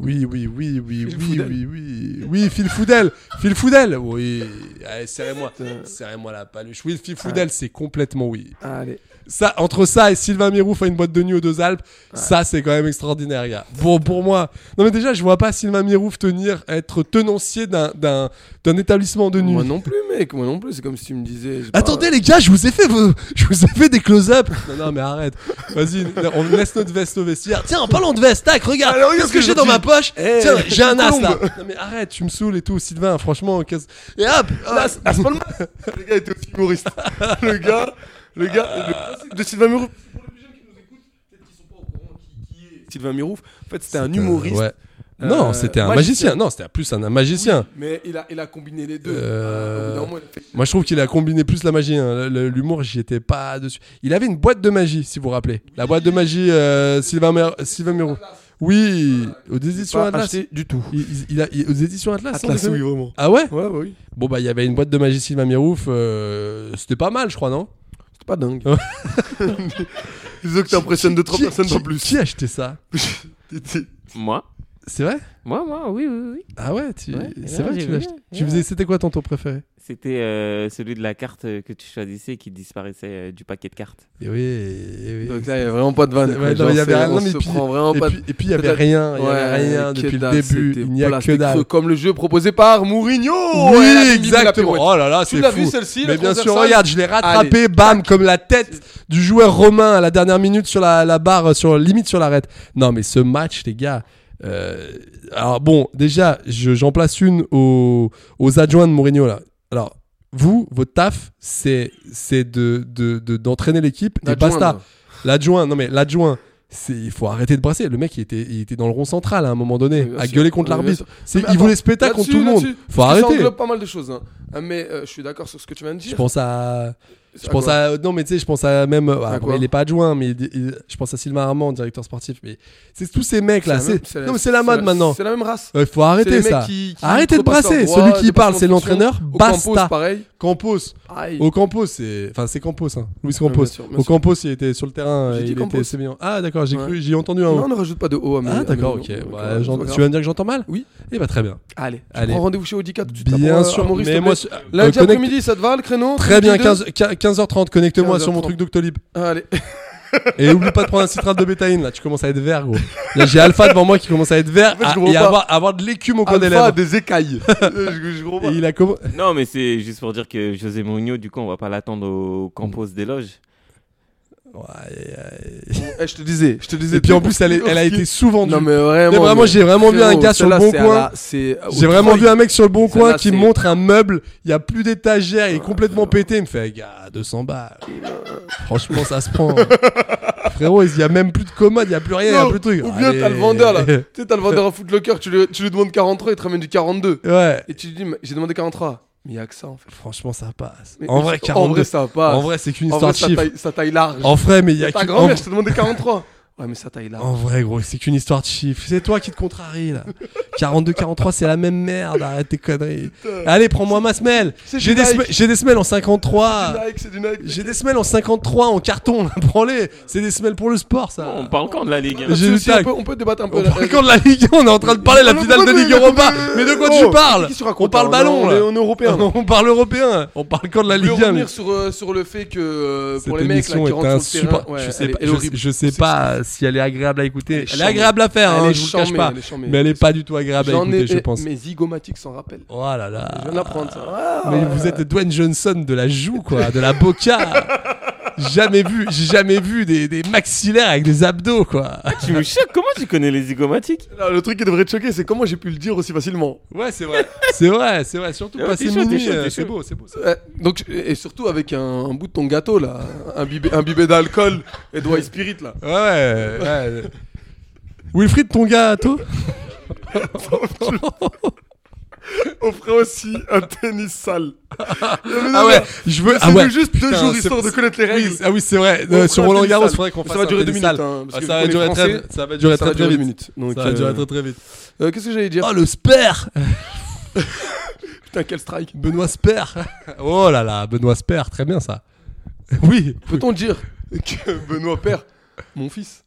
Speaker 8: Oui, oui, oui, oui, oui, oui, oui, oui, Phil Foudel, Phil Foudel, oui, allez, serrez-moi, serrez-moi la paluche, oui, Phil Foudel, c'est complètement oui.
Speaker 9: Allez.
Speaker 8: Ça, entre ça et Sylvain Mirou fait une boîte de nuit aux deux Alpes, ça c'est quand même extraordinaire, gars. Bon, pour moi, non mais déjà, je vois pas Sylvain Mirou tenir, être tenancier d'un, d'un, d'un établissement de nuit.
Speaker 9: Moi non plus, mec, moi non plus. C'est comme si tu me disais. je sais pas,
Speaker 8: Attendez les gars, je vous ai fait, vos- je vous ai fait des close-up. Non, non mais arrête. Vas-y, on laisse notre veste au vestiaire. Tiens, en parlant de veste, tac, regarde. Qu'est-ce que j'ai dans ma poche
Speaker 9: Eh.
Speaker 8: Tiens, j'ai un as là. Non mais arrête, tu me saoules et tout, Sylvain. Franchement, qu'est-ce Et hop,
Speaker 9: Ah,
Speaker 8: as,
Speaker 2: Le gars était aussi humoriste. Le gars, le gars, le
Speaker 9: Ah.
Speaker 2: principe de Sylvain Murouf.
Speaker 9: Sylvain Mirouf. En fait, c'était un humoriste.
Speaker 8: Ouais. non,
Speaker 9: Euh,
Speaker 8: c'était un magicien.
Speaker 9: magicien.
Speaker 8: Non, c'était plus un, un magicien.
Speaker 9: Mais il a, il a combiné les deux.
Speaker 8: Euh,
Speaker 9: Au bout d'un moment, il a fait-
Speaker 8: Moi, je trouve qu'il a combiné plus la magie. hein. Le- le- L'humour, j'y étais pas dessus. Il avait une boîte de magie, si vous vous rappelez. La boîte de magie, euh, Sylvain, Mer- Sylvain Mérou. Oui, aux éditions
Speaker 9: pas
Speaker 8: Atlas.
Speaker 9: acheté du tout.
Speaker 8: Il, il- il a- il- aux éditions Atlas. on
Speaker 2: Atlas,
Speaker 8: les a-
Speaker 2: oui, vraiment.
Speaker 8: Ah ouais
Speaker 9: Ouais, ouais, oui.
Speaker 8: Bon, bah, il y avait une boîte de magie Sylvain Mirouf. euh, C'était pas mal, je crois, non
Speaker 9: C'est pas dingue.
Speaker 2: Ils ont que t'impressionnes de trois
Speaker 8: Qui-
Speaker 2: personnes
Speaker 8: qui-
Speaker 2: en plus.
Speaker 8: Qui a acheté ça
Speaker 2: T'étais-
Speaker 6: Moi
Speaker 8: C'est vrai
Speaker 6: Moi, moi, oui, oui, oui.
Speaker 8: Ah ouais, tu...
Speaker 6: Ouais,
Speaker 8: c'est
Speaker 6: ouais,
Speaker 8: vrai que
Speaker 6: j'ai
Speaker 8: tu l'as
Speaker 6: vu,
Speaker 8: acheté.
Speaker 6: ouais.
Speaker 8: Tu faisais... C'était quoi ton tour préféré
Speaker 6: C'était euh, celui de la carte euh, que tu choisissais qui disparaissait euh, du paquet de cartes.
Speaker 8: Et Eh oui, et oui.
Speaker 9: Donc là, il n'y a vraiment pas de vanne.
Speaker 8: Ouais,
Speaker 9: quoi.
Speaker 8: non,
Speaker 9: Genre,
Speaker 8: il y avait
Speaker 9: c'est-
Speaker 8: rien,
Speaker 9: on
Speaker 8: mais
Speaker 9: se
Speaker 8: puis-
Speaker 9: prend vraiment
Speaker 8: Et
Speaker 9: pas de-
Speaker 8: puis, et puis il y avait
Speaker 9: peut-être-
Speaker 8: rien, il y avait
Speaker 9: Ouais,
Speaker 8: rien
Speaker 9: que
Speaker 8: depuis le
Speaker 9: dalle,
Speaker 8: début.
Speaker 9: c'était
Speaker 8: Il n'y a
Speaker 9: plat,
Speaker 8: que
Speaker 9: c'était creux,
Speaker 8: dalle.
Speaker 9: Comme le jeu proposé par Mourinho.
Speaker 8: Oui,
Speaker 9: Ouais, la limite de la
Speaker 8: exactement.
Speaker 9: pirouette.
Speaker 8: Oh là là,
Speaker 9: Tu
Speaker 8: c'est
Speaker 9: l'as vu
Speaker 8: fou.
Speaker 9: celle-ci la
Speaker 8: Mais bien sûr,
Speaker 9: transversale
Speaker 8: regarde, je l'ai rattrapé,
Speaker 9: Allez,
Speaker 8: bam, comme la tête du joueur romain à la dernière minute sur la, la barre, euh, sur limite sur l'arête. Non, mais ce match, les gars. euh, alors bon, déjà, je- j'en place une aux, aux adjoints de Mourinho là. Alors, vous, votre taf, c'est c'est de de- de- d'entraîner l'équipe et
Speaker 9: L'adjoint,
Speaker 8: basta.
Speaker 9: là.
Speaker 8: L'adjoint, non mais l'adjoint. c'est- Il faut arrêter de brasser. Le mec, il était, il était dans le rond central à un moment donné,
Speaker 9: Oui, bien
Speaker 8: à
Speaker 9: sûr.
Speaker 8: gueuler contre
Speaker 9: Oui, bien
Speaker 8: l'arbitre.
Speaker 9: sûr.
Speaker 8: C'est-
Speaker 9: Mais
Speaker 8: Il
Speaker 9: attends,
Speaker 8: voulait se péter à
Speaker 9: là-dessus,
Speaker 8: contre tout le monde.
Speaker 9: là-dessus,
Speaker 8: Faut
Speaker 9: parce que Ça
Speaker 8: arrêter.
Speaker 9: englobe pas mal de choses. hein. Ah, Mais euh, je suis d'accord sur ce que tu viens de dire. Ah,
Speaker 8: Je pense à. Je
Speaker 9: À
Speaker 8: pense
Speaker 9: quoi
Speaker 8: à. Non, mais tu sais, je pense à même. ah,
Speaker 9: quoi
Speaker 8: il est pas adjoint, mais il- il- je pense à Sylvain Armand, directeur sportif. Mais c'est tous ces mecs là.
Speaker 9: la même-
Speaker 8: C'est non, mais c'est la mode maintenant.
Speaker 9: C'est la même race.
Speaker 8: Il faut
Speaker 9: C'est les
Speaker 8: arrêter
Speaker 9: mecs
Speaker 8: ça.
Speaker 9: qui- qui
Speaker 8: Arrêtez de
Speaker 9: outrepassent
Speaker 8: brasser.
Speaker 9: leurs droits,
Speaker 8: Celui qui parle,
Speaker 9: dépassent
Speaker 8: c'est
Speaker 9: leurs fonctions.
Speaker 8: l'entraîneur.
Speaker 9: Au Campos,
Speaker 8: Basta.
Speaker 9: pareil.
Speaker 8: Campos.
Speaker 9: Aïe.
Speaker 8: Au Campos, c'est. Enfin, c'est Campos, hein. Luis Campos.
Speaker 9: bien sûr, bien
Speaker 8: Au
Speaker 9: sûr.
Speaker 8: Campos, il était sur le terrain.
Speaker 9: J'ai
Speaker 8: euh,
Speaker 9: dit
Speaker 8: Il
Speaker 9: Campos.
Speaker 8: était sémillant. Ah, d'accord, j'ai
Speaker 9: Ouais.
Speaker 8: cru, j'ai entendu un.
Speaker 9: Non, on
Speaker 8: mot.
Speaker 9: ne rajoute pas de O à mes-
Speaker 8: Ah, d'accord,
Speaker 9: à mes-
Speaker 8: ok.
Speaker 9: donc,
Speaker 8: Bah,
Speaker 9: euh,
Speaker 8: j'en-
Speaker 9: c'est pas
Speaker 8: Tu vas me dire que j'entends mal
Speaker 9: Oui.
Speaker 8: Eh bah, très bien.
Speaker 9: grave. Allez, je
Speaker 8: Allez.
Speaker 9: prends rendez-vous chez Audica tout de suite.
Speaker 8: Bien
Speaker 9: Apprends, euh,
Speaker 8: sûr,
Speaker 9: Maurice,
Speaker 8: mais
Speaker 9: s'il te
Speaker 8: moi,
Speaker 9: plaît.
Speaker 8: je-
Speaker 9: Lundi
Speaker 8: euh, connecte-
Speaker 9: après-midi, ça te va le créneau
Speaker 8: Très bien,
Speaker 9: 15h32?
Speaker 8: 15, 15h30, connectez-moi sur mon
Speaker 9: 15h30.
Speaker 8: truc Doctolib.
Speaker 9: Allez.
Speaker 8: Et oublie pas de prendre un citrate de bétaïne là, tu commences à être vert gros. Là j'ai Alpha devant moi qui commence à être vert
Speaker 9: fait, je
Speaker 8: à-
Speaker 9: comprends
Speaker 8: et
Speaker 9: pas.
Speaker 8: avoir, avoir de l'écume au coin des
Speaker 9: Alpha a
Speaker 8: lèvres.
Speaker 9: des écailles. Euh, je, je comprends pas.
Speaker 8: Et il a comment
Speaker 6: Non, mais c'est juste pour dire que José Mourinho, du coup, on va pas l'attendre au Campos des Loges.
Speaker 9: Eh, je te disais, je te disais.
Speaker 8: Et puis en plus elle, est- elle a été souvent
Speaker 9: Non mais vraiment.
Speaker 8: Mais vraiment,
Speaker 9: mais-
Speaker 8: j'ai vraiment vu un
Speaker 9: frérot,
Speaker 8: gars sur
Speaker 9: celle-là,
Speaker 8: le bon
Speaker 9: c'est à
Speaker 8: coin.
Speaker 9: la- c'est au
Speaker 8: J'ai vraiment
Speaker 9: Troy.
Speaker 8: vu un mec sur le bon coin
Speaker 9: Celle-là,
Speaker 8: qui
Speaker 9: c'est-
Speaker 8: me montre un meuble, il y a plus d'étagère, il est complètement pété, il me fait gars 200 balles. Franchement ça se prend. hein. Frérot, il y a même plus de commode, il y a plus rien, il y a
Speaker 9: Non,
Speaker 8: plus de truc.
Speaker 9: Ou bien t'as le
Speaker 8: Allez.
Speaker 9: vendeur là. tu sais, t'as le vendeur à Footlocker, tu lui, tu lui demandes 43, il te ramène du 42.
Speaker 8: Ouais,
Speaker 9: Et tu lui dis, mais j'ai demandé 43. Mais y'a que ça en fait.
Speaker 8: franchement ça passe.
Speaker 9: Mais-
Speaker 8: en vrai 42.
Speaker 9: En vrai, ça passe.
Speaker 8: En vrai, c'est qu'une
Speaker 9: En vrai,
Speaker 8: histoire de
Speaker 9: ça,
Speaker 8: chiffres.
Speaker 9: taille, ça taille large.
Speaker 8: En vrai, mais il y a
Speaker 9: Ta
Speaker 8: qu'une-
Speaker 9: grand-mère,
Speaker 8: en-
Speaker 9: je te demandais 43. Ouais, mais ça taille large.
Speaker 8: Ah, En vrai, gros, c'est qu'une histoire de chiffres. C'est toi qui te contrarie, là. 42, 43, c'est la même merde. Arrête tes conneries. Allez, prends-moi ma semelle.
Speaker 9: c'est
Speaker 8: J'ai
Speaker 9: du
Speaker 8: des,
Speaker 9: Nike.
Speaker 8: semelles- j'ai des semelles en 53.
Speaker 9: C'est du Nike, c'est du Nike.
Speaker 8: J'ai des semelles en 53 en carton. là. Prends-les. C'est des semelles pour le sport, ça.
Speaker 6: On parle encore de la Ligue. hein.
Speaker 8: J'ai
Speaker 9: Tu
Speaker 8: du
Speaker 9: aussi,
Speaker 8: tac.
Speaker 9: on, peut, on peut débattre un peu.
Speaker 8: On
Speaker 9: là. Euh,
Speaker 8: parle encore de la Ligue 1, on est en train de parler de la
Speaker 9: Mais
Speaker 8: finale de
Speaker 9: pourquoi
Speaker 8: Ligue
Speaker 9: vous-
Speaker 8: Europa.
Speaker 9: vous-
Speaker 8: Mais de quoi
Speaker 9: Oh,
Speaker 8: tu parles
Speaker 9: qui se raconte,
Speaker 8: On parle
Speaker 9: hein,
Speaker 8: ballon
Speaker 9: on
Speaker 8: là.
Speaker 9: est- on est européen, là.
Speaker 8: On parle européen. On parle encore de la
Speaker 9: Je voulais
Speaker 8: Ligue 1.
Speaker 9: revenir sur, euh, sur le fait que euh, pour
Speaker 8: Cette
Speaker 9: les mecs là,
Speaker 8: émission
Speaker 9: qui
Speaker 8: est
Speaker 9: rentrent sur le
Speaker 8: insupportable.
Speaker 9: terrain, ouais,
Speaker 8: je sais
Speaker 9: elle est-
Speaker 8: pas,
Speaker 9: elle est
Speaker 8: je-
Speaker 9: horrible.
Speaker 8: je sais pas si elle est agréable à écouter.
Speaker 9: Elle
Speaker 8: Elle
Speaker 9: est
Speaker 8: est,
Speaker 9: charmée.
Speaker 8: agréable à faire,
Speaker 9: Elle
Speaker 8: hein,
Speaker 9: est
Speaker 8: je vous le cache
Speaker 9: charmée,
Speaker 8: pas.
Speaker 9: elle est charmée.
Speaker 8: mais elle est pas du tout agréable à
Speaker 9: J'en
Speaker 8: écouter,
Speaker 9: ai, eh,
Speaker 8: je pense.
Speaker 9: mes zygomatiques s'en rappellent.
Speaker 8: Oh là là.
Speaker 9: Je viens de l'apprendre ça.
Speaker 8: Mais vous êtes Dwayne Johnson de la joue, quoi, de la boca. jamais vu, j'ai jamais vu des, des maxillaires avec des abdos, quoi.
Speaker 6: Tu me choques, comment tu connais les
Speaker 8: Ah,
Speaker 6: zygomatiques
Speaker 9: Là, le truc qui devrait te choquer, c'est comment j'ai pu le dire aussi facilement.
Speaker 8: Ouais, c'est vrai. c'est vrai, c'est vrai. Surtout
Speaker 6: Ouais,
Speaker 8: passer
Speaker 6: t'es chaud, t'es
Speaker 8: minuit,
Speaker 6: chaud,
Speaker 8: euh,
Speaker 6: t'es
Speaker 8: c'est
Speaker 6: chaud.
Speaker 8: beau, c'est beau. c'est beau.
Speaker 9: Euh, donc, et surtout avec un, un bout de ton gâteau là, imbibé, imbibé d'alcool et de White Spirit là.
Speaker 8: Ouais, ouais. ouais. Wilfried, ton gars, toi
Speaker 2: Offrait aussi un tennis sale.
Speaker 8: Ah ouais, je veux. Ah
Speaker 2: C'est
Speaker 8: ouais.
Speaker 2: juste deux
Speaker 8: Putain,
Speaker 2: jours
Speaker 8: c'est-
Speaker 2: histoire de connaître les
Speaker 8: Oui,
Speaker 2: règles.
Speaker 8: ah oui, c'est vrai.
Speaker 2: On
Speaker 8: Euh,
Speaker 2: fera
Speaker 8: sur
Speaker 2: un
Speaker 8: Roland
Speaker 2: tennis
Speaker 8: Garros,
Speaker 2: sale.
Speaker 8: faudrait qu'on
Speaker 9: Ça
Speaker 8: fasse
Speaker 9: va
Speaker 8: un
Speaker 9: durer deux
Speaker 8: tennis
Speaker 9: minutes,
Speaker 8: sale.
Speaker 9: hein, parce
Speaker 8: Ah,
Speaker 9: que
Speaker 8: ça
Speaker 9: vu
Speaker 8: va
Speaker 9: qu'on est
Speaker 8: durer très-
Speaker 9: français,
Speaker 8: ça va durer
Speaker 9: Ça va
Speaker 8: très très
Speaker 9: durer deux
Speaker 8: vite.
Speaker 9: minutes. Donc,
Speaker 8: Ça va
Speaker 9: euh,
Speaker 8: durer très très vite.
Speaker 9: euh, Qu'est-ce que j'allais dire
Speaker 8: Oh le Sper
Speaker 9: Putain, quel strike.
Speaker 8: Benoît Sper Oh là là, Benoît Sper, très bien ça. Oui.
Speaker 9: Peut-on dire que Benoît Père, mon fils,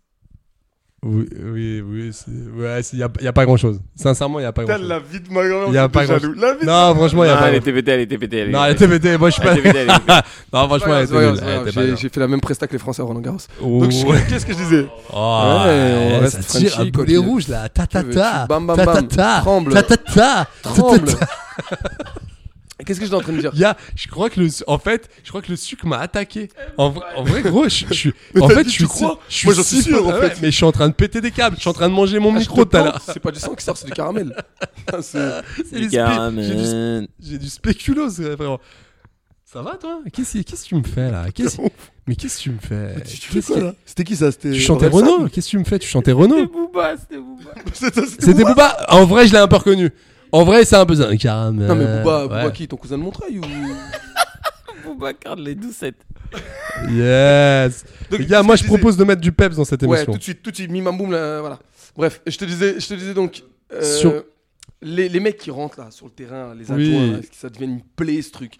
Speaker 8: Oui, oui, oui. c'est- Ouais, il n'y a, y a pas grand chose. Sincèrement, il n'y a pas grand
Speaker 2: Putain,
Speaker 8: chose.
Speaker 2: la vie de ma grand-mère.
Speaker 8: Il n'y a
Speaker 2: j'étais
Speaker 8: pas grand
Speaker 2: jaloux. La vie de-
Speaker 8: Non, franchement, il n'y a
Speaker 6: Non,
Speaker 8: pas
Speaker 6: Ah, elle
Speaker 8: grand
Speaker 6: était pétée, elle était pétée.
Speaker 8: bah, Non, elle était pétée. Moi, je suis pas.
Speaker 6: pétée, elle était pétée.
Speaker 8: Non, franchement, elle
Speaker 9: Ouais,
Speaker 8: était
Speaker 9: c'est pas grave,
Speaker 8: pétée.
Speaker 9: c'est pas
Speaker 8: Elle
Speaker 9: grave.
Speaker 8: était pas
Speaker 9: J'ai-
Speaker 8: grave.
Speaker 9: j'ai fait la même presta que les Français à Roland Garros.
Speaker 8: Oh,
Speaker 9: Donc, je- qu'est-ce que je disais Ouais,
Speaker 8: oh,
Speaker 9: on
Speaker 8: ouais,
Speaker 9: reste
Speaker 8: ça tire
Speaker 9: Frenchy,
Speaker 8: un
Speaker 9: quoi
Speaker 8: boulet
Speaker 9: qu'il-
Speaker 8: rouge là. Ta ta
Speaker 9: Tu veux- tu-
Speaker 8: ta.
Speaker 9: bam, bam,
Speaker 8: Ta ta
Speaker 9: bam.
Speaker 8: ta.
Speaker 9: Tremble.
Speaker 8: Ta ta ta.
Speaker 9: Tremble. Qu'est-ce que j'étais en train de dire
Speaker 8: Il y a, je crois que le, en fait, je crois que le sucre m'a attaqué. En, vrai- en vrai, gros, je, je suis, en fait, je suis,
Speaker 9: crois
Speaker 8: je suis
Speaker 9: Moi, j'en suis
Speaker 8: si-
Speaker 9: sûr, en
Speaker 8: ah ouais,
Speaker 9: fait.
Speaker 8: Mais je suis en train de péter des câbles. Je suis en train de manger mon
Speaker 9: Ah, je
Speaker 8: micro
Speaker 9: te
Speaker 8: tout à
Speaker 9: tente,
Speaker 8: l'heure.
Speaker 9: C'est pas du sang qui sort, c'est du caramel. C'est-
Speaker 8: C'est du
Speaker 6: Les gars,
Speaker 8: spé- J'ai du, sp-
Speaker 6: man.
Speaker 8: j'ai du spéculoos, euh, frérot. Ça va, toi Qu'est-ce qu'est-ce que tu me fais, là Qu'est-ce- Mais qu'est-ce que tu me fais Qu'est-ce que-
Speaker 9: C'était qui ça C'était
Speaker 8: Tu chantais
Speaker 9: Orelsan
Speaker 8: Renault Qu'est-ce que tu me fais Tu chantais Renault
Speaker 6: Booba, c'était Booba.
Speaker 8: C'était Booba En vrai, je l'ai un peu reconnu. En vrai, c'est un peu ça. Caramel.
Speaker 9: Non mais Booba, Booba
Speaker 8: Euh, ouais.
Speaker 9: qui Ton cousin de Montreuil ou
Speaker 6: Booba garde les doucettes.
Speaker 8: Yes
Speaker 9: Donc,
Speaker 8: Les gars, moi, je
Speaker 9: disais-
Speaker 8: propose de mettre du peps dans cette
Speaker 9: Ouais, tout
Speaker 8: émission.
Speaker 9: de suite, tout de suite, mim, bam, boum, là, voilà. Bref, je te disais, je te disais donc, euh,
Speaker 8: Sur-
Speaker 9: les, les mecs qui rentrent là sur le terrain, les
Speaker 8: Oui.
Speaker 9: adjoints, là, est-ce que ça devient une plaie ce truc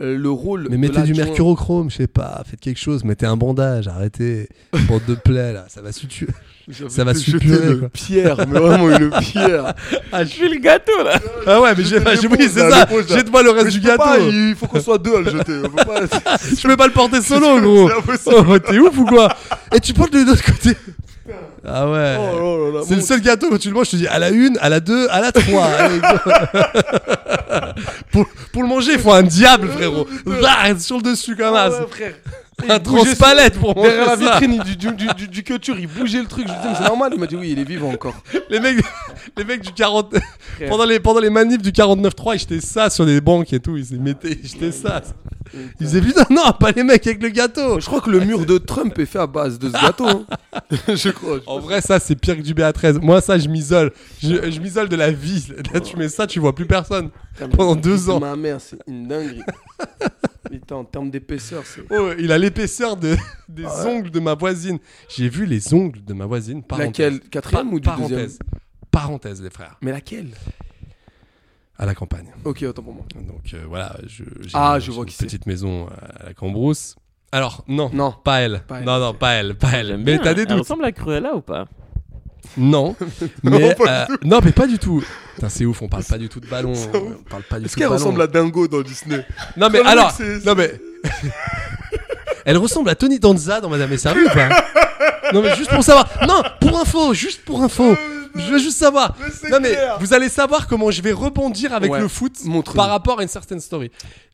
Speaker 9: euh, le rôle. de
Speaker 8: Mais mettez du
Speaker 9: l'adjoint-
Speaker 8: mercurochrome, je sais pas, faites quelque chose, mettez un bandage, arrêtez. Bande de plaies là, ça va suturer.
Speaker 9: J'avais
Speaker 8: ça va
Speaker 9: jeté
Speaker 8: suppurer,
Speaker 9: une
Speaker 8: quoi.
Speaker 9: pierre, mais vraiment une pierre.
Speaker 6: Ah, je suis le gâteau là.
Speaker 8: Ah ouais, mais j'ai
Speaker 9: Jetez
Speaker 8: j'ai-
Speaker 9: l'éponge,
Speaker 8: oui, c'est
Speaker 9: là,
Speaker 8: ça,
Speaker 9: l'éponge, là.
Speaker 8: jette-moi le reste
Speaker 9: Mais
Speaker 8: du
Speaker 9: je peux pas,
Speaker 8: gâteau.
Speaker 9: il faut qu'on soit deux à le jeter. on peut pas-
Speaker 8: Je peux pas le porter solo, gros.
Speaker 9: C'est impossible.
Speaker 8: Oh, T'es ouf ou quoi Et tu portes de l'autre côté. Ah ouais.
Speaker 9: Oh là là là,
Speaker 8: C'est le
Speaker 9: mon-
Speaker 8: seul gâteau quand tu le manges, je te dis à la une, à la deux, à la trois. Allez, go. pour, pour le manger, il faut un diable, frérot. Là, sur le dessus comme
Speaker 9: Ah
Speaker 8: ça.
Speaker 9: ouais, frère.
Speaker 8: un transpalette pour manger
Speaker 9: Derrière la
Speaker 8: ça.
Speaker 9: vitrine du, du, du, du, du culture, il bougeait le truc. Je me disais, mais c'est normal. Il m'a dit, oui, il est vivant encore.
Speaker 8: Les mecs, les mecs du 40 pendant les pendant les manifs du 49.3, ils jetaient ça sur les banques et tout. Ils se mettaient, ils jetaient ça. Ils disaient putain non, pas les mecs avec le gâteau.
Speaker 9: Je crois que le mur de Trump est fait à base de ce gâteau. hein. je crois.
Speaker 8: En vrai, ça c'est pire que du BA13. Moi, ça je m'isole. Je, je m'isole de la vie. Là, tu mets ça, tu vois plus personne pendant deux ans.
Speaker 9: Ma mère, c'est une dinguerie. Putain, en termes d'épaisseur, c'est.
Speaker 8: Oh, il a l'épaisseur de, des
Speaker 9: Ah
Speaker 8: ongles de ma voisine. J'ai vu les ongles de ma voisine. Parenthèse.
Speaker 9: Laquelle Quatrième
Speaker 8: Pa-
Speaker 9: ou du
Speaker 8: parenthèse.
Speaker 9: deuxième
Speaker 8: Parenthèse, les frères.
Speaker 9: Mais laquelle
Speaker 8: À la campagne.
Speaker 9: Ok, autant pour moi.
Speaker 8: Donc euh, voilà, je, j'ai
Speaker 9: Ah,
Speaker 8: une-
Speaker 9: je
Speaker 8: j'ai
Speaker 9: vois
Speaker 8: une
Speaker 9: qui c'est.
Speaker 8: petite maison à la Cambrousse. Alors, non,
Speaker 9: Non.
Speaker 8: pas elle.
Speaker 9: Pas elle.
Speaker 8: Non, non, pas elle, pas elle. Mais t'as des
Speaker 6: hein. Elle
Speaker 8: doutes.
Speaker 6: ressemble à Cruella ou pas
Speaker 8: Non, mais euh, non, mais pas du tout. Putain, c'est ouf, on parle pas du tout de ballon. On parle pas du
Speaker 9: Est-ce
Speaker 8: tout de
Speaker 9: qu'elle
Speaker 8: ballon.
Speaker 9: ressemble à Dingo dans Disney
Speaker 8: Non mais
Speaker 9: Comme
Speaker 8: alors,
Speaker 9: mec, c'est-
Speaker 8: non mais. Elle ressemble à Tony Danza dans Madame et Servie ou pas Non mais juste pour savoir. Non, pour info, juste pour info. Je veux juste savoir. non mais vous allez savoir comment je vais rebondir avec
Speaker 9: Ouais,
Speaker 8: le foot
Speaker 9: montre-nous.
Speaker 8: par rapport à une certaine story.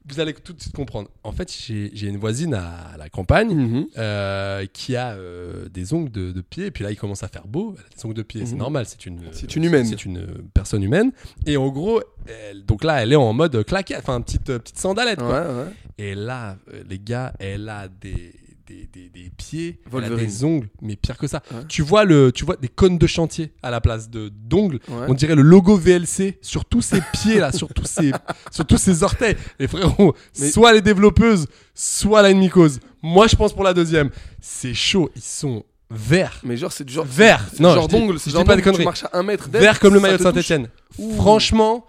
Speaker 8: Vous allez tout de suite comprendre. En fait, j'ai j'ai une voisine à la campagne euh, qui a euh, des ongles de, de pied et puis là il commence à faire beau. Elle a des ongles de pied, c'est normal. Mm. C'est une.
Speaker 9: C'est une humaine.
Speaker 8: C'est une euh, personne humaine. Et en gros, elle- donc là elle est en mode claquette, enfin petite euh, petite sandalette.
Speaker 9: Ouais,
Speaker 8: Quoi.
Speaker 9: ouais.
Speaker 8: Et là, euh, les gars, elle a des, des, des, des pieds, elle a
Speaker 9: Wolverine.
Speaker 8: des ongles, mais pire que ça.
Speaker 9: Ouais.
Speaker 8: Tu vois le, tu vois des cônes de chantier à la place de d'ongles.
Speaker 9: Ouais.
Speaker 8: On dirait le logo VLC sur tous ses pieds là, sur tous ses, sur tous ses orteils. Les frérots,
Speaker 9: Mais-
Speaker 8: soit les développeuses, soit la mycose. Moi, je pense pour la deuxième. C'est chaud, ils sont verts.
Speaker 9: Mais genre, c'est du genre.
Speaker 8: Vert.
Speaker 9: c'est du
Speaker 8: Non,
Speaker 9: genre
Speaker 8: je dis-
Speaker 9: d'ongle.
Speaker 8: je
Speaker 9: C'est
Speaker 8: dis
Speaker 9: genre
Speaker 8: pas
Speaker 9: d'ongle,
Speaker 8: de
Speaker 9: Tu
Speaker 8: conneries.
Speaker 9: marches à un mètre d'elle,
Speaker 8: Vert comme le
Speaker 9: ça
Speaker 8: maillot
Speaker 9: te
Speaker 8: de
Speaker 9: touche.
Speaker 8: Saint-Etienne. Franchement,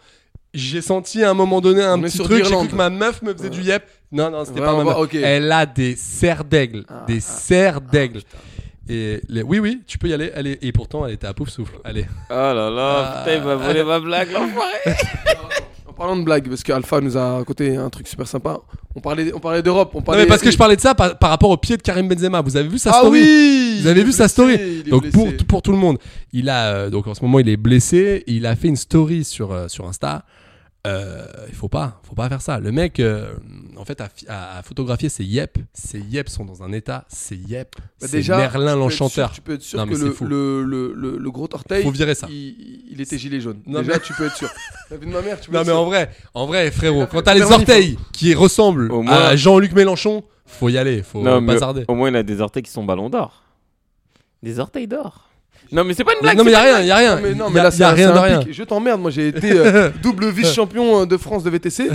Speaker 8: j'ai senti à un moment donné un
Speaker 9: On est
Speaker 8: petit
Speaker 9: sur
Speaker 8: truc. J'ai cru
Speaker 9: l'Irlande.
Speaker 8: que ma meuf me faisait du yep. Non, non, c'était
Speaker 9: Ouais,
Speaker 8: pas Eh.
Speaker 9: on
Speaker 8: ma
Speaker 9: va- Ah,
Speaker 8: meuf.
Speaker 9: ok.
Speaker 8: Elle a des serres d'aigle. des serres d'aigle. et les- oui, oui, tu peux y aller. Allez. Et pourtant, elle était à pouf souffle. Allez.
Speaker 6: Oh là là,
Speaker 8: Ah.
Speaker 6: putain, il va voler ma blague l'enfoiré.
Speaker 9: En parlant de blagues, parce que Alpha nous a raconté un truc super sympa. On parlait, on parlait d'Europe. On
Speaker 8: Non,
Speaker 9: parlait.
Speaker 8: mais parce que je parlais de ça par, par rapport au pied de Karim Benzema. Vous avez vu sa
Speaker 9: Ah
Speaker 8: story
Speaker 9: oui
Speaker 8: Vous avez
Speaker 9: il est
Speaker 8: vu sa
Speaker 9: blessé,
Speaker 8: story
Speaker 9: il est
Speaker 8: Donc pour,
Speaker 9: blessé. Bah,
Speaker 8: pour tout le monde, il a euh, donc en ce moment il est blessé, il a fait une story sur euh, sur Insta. Euh, il faut pas, faut pas faire ça. Le mec, euh, en fait, a, fi- a- a photographié ses yep. Ses yep sont dans un état. Ses yep.
Speaker 9: Bah,
Speaker 8: c'est
Speaker 9: déjà, tu peux être
Speaker 8: Merlin
Speaker 9: sûr-
Speaker 8: l'enchanteur.
Speaker 9: Tu peux être sûr
Speaker 8: Non,
Speaker 9: que
Speaker 8: mais c'est
Speaker 9: le,
Speaker 8: fou.
Speaker 9: le, le, le, le gros orteil.
Speaker 8: Faut virer ça.
Speaker 9: Il, il était gilet jaune.
Speaker 8: Non,
Speaker 9: Déjà,
Speaker 8: mais-
Speaker 9: tu peux être sûr. La vie de ma mère, tu peux
Speaker 8: Non
Speaker 9: être
Speaker 8: mais
Speaker 9: sûr.
Speaker 8: en vrai, en vrai, frérot, quand t'as
Speaker 9: fait
Speaker 8: les
Speaker 9: vraiment
Speaker 8: orteils qui ressemblent
Speaker 6: Au moins-
Speaker 8: à Jean-Luc Mélenchon, faut y aller, faut
Speaker 6: Non,
Speaker 8: pas
Speaker 6: mais
Speaker 8: tarder.
Speaker 6: au moins, il a des orteils qui sont ballons d'or. Des orteils d'or. Non, mais c'est pas une blague.
Speaker 8: non mais
Speaker 6: c'est
Speaker 8: y a
Speaker 6: pas
Speaker 8: rien, y a rien.
Speaker 9: Non, mais non,
Speaker 8: Y
Speaker 9: mais
Speaker 8: a-
Speaker 9: là,
Speaker 8: y
Speaker 9: c'est
Speaker 8: a
Speaker 9: un-
Speaker 8: rien
Speaker 9: c'est
Speaker 8: de
Speaker 9: un
Speaker 8: rien.
Speaker 9: pic. Je t'emmerde, moi j'ai été euh, double vice-champion euh, de France de VTC. Et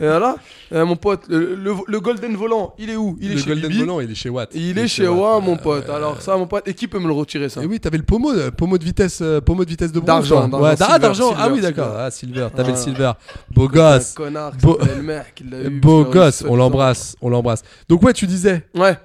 Speaker 9: voilà, Euh, mon pote, le, le- le Golden Volant, il est où Il est
Speaker 8: Le
Speaker 9: chez
Speaker 8: Golden
Speaker 9: Bibi.
Speaker 8: Volant, il est chez Watt.
Speaker 9: Il est chez moi, mon
Speaker 8: Euh,
Speaker 9: pote. Alors ça, mon pote, et qui peut me le retirer ça
Speaker 8: Et oui, t'avais le pommeau, euh, pommeau de vitesse, euh, pommeau de vitesse de bronze.
Speaker 9: D'argent, d'argent,
Speaker 8: quoi. Ouais, d'ar-
Speaker 9: silver,
Speaker 8: d'argent. Ah
Speaker 9: silver,
Speaker 8: oui, d'accord.
Speaker 9: silver.
Speaker 8: Ah, silver. T'avais le
Speaker 9: Voilà.
Speaker 8: silver. Beau
Speaker 9: Un
Speaker 8: gosse.
Speaker 9: connard, qui
Speaker 8: Beau-
Speaker 9: s'appelle Mère, qui l'a eu,
Speaker 8: Beau
Speaker 9: qui l'a eu
Speaker 8: gosse.
Speaker 9: sept
Speaker 8: On l'embrasse. On l'embrasse. Donc ouais, tu disais.
Speaker 9: ans. Ouais.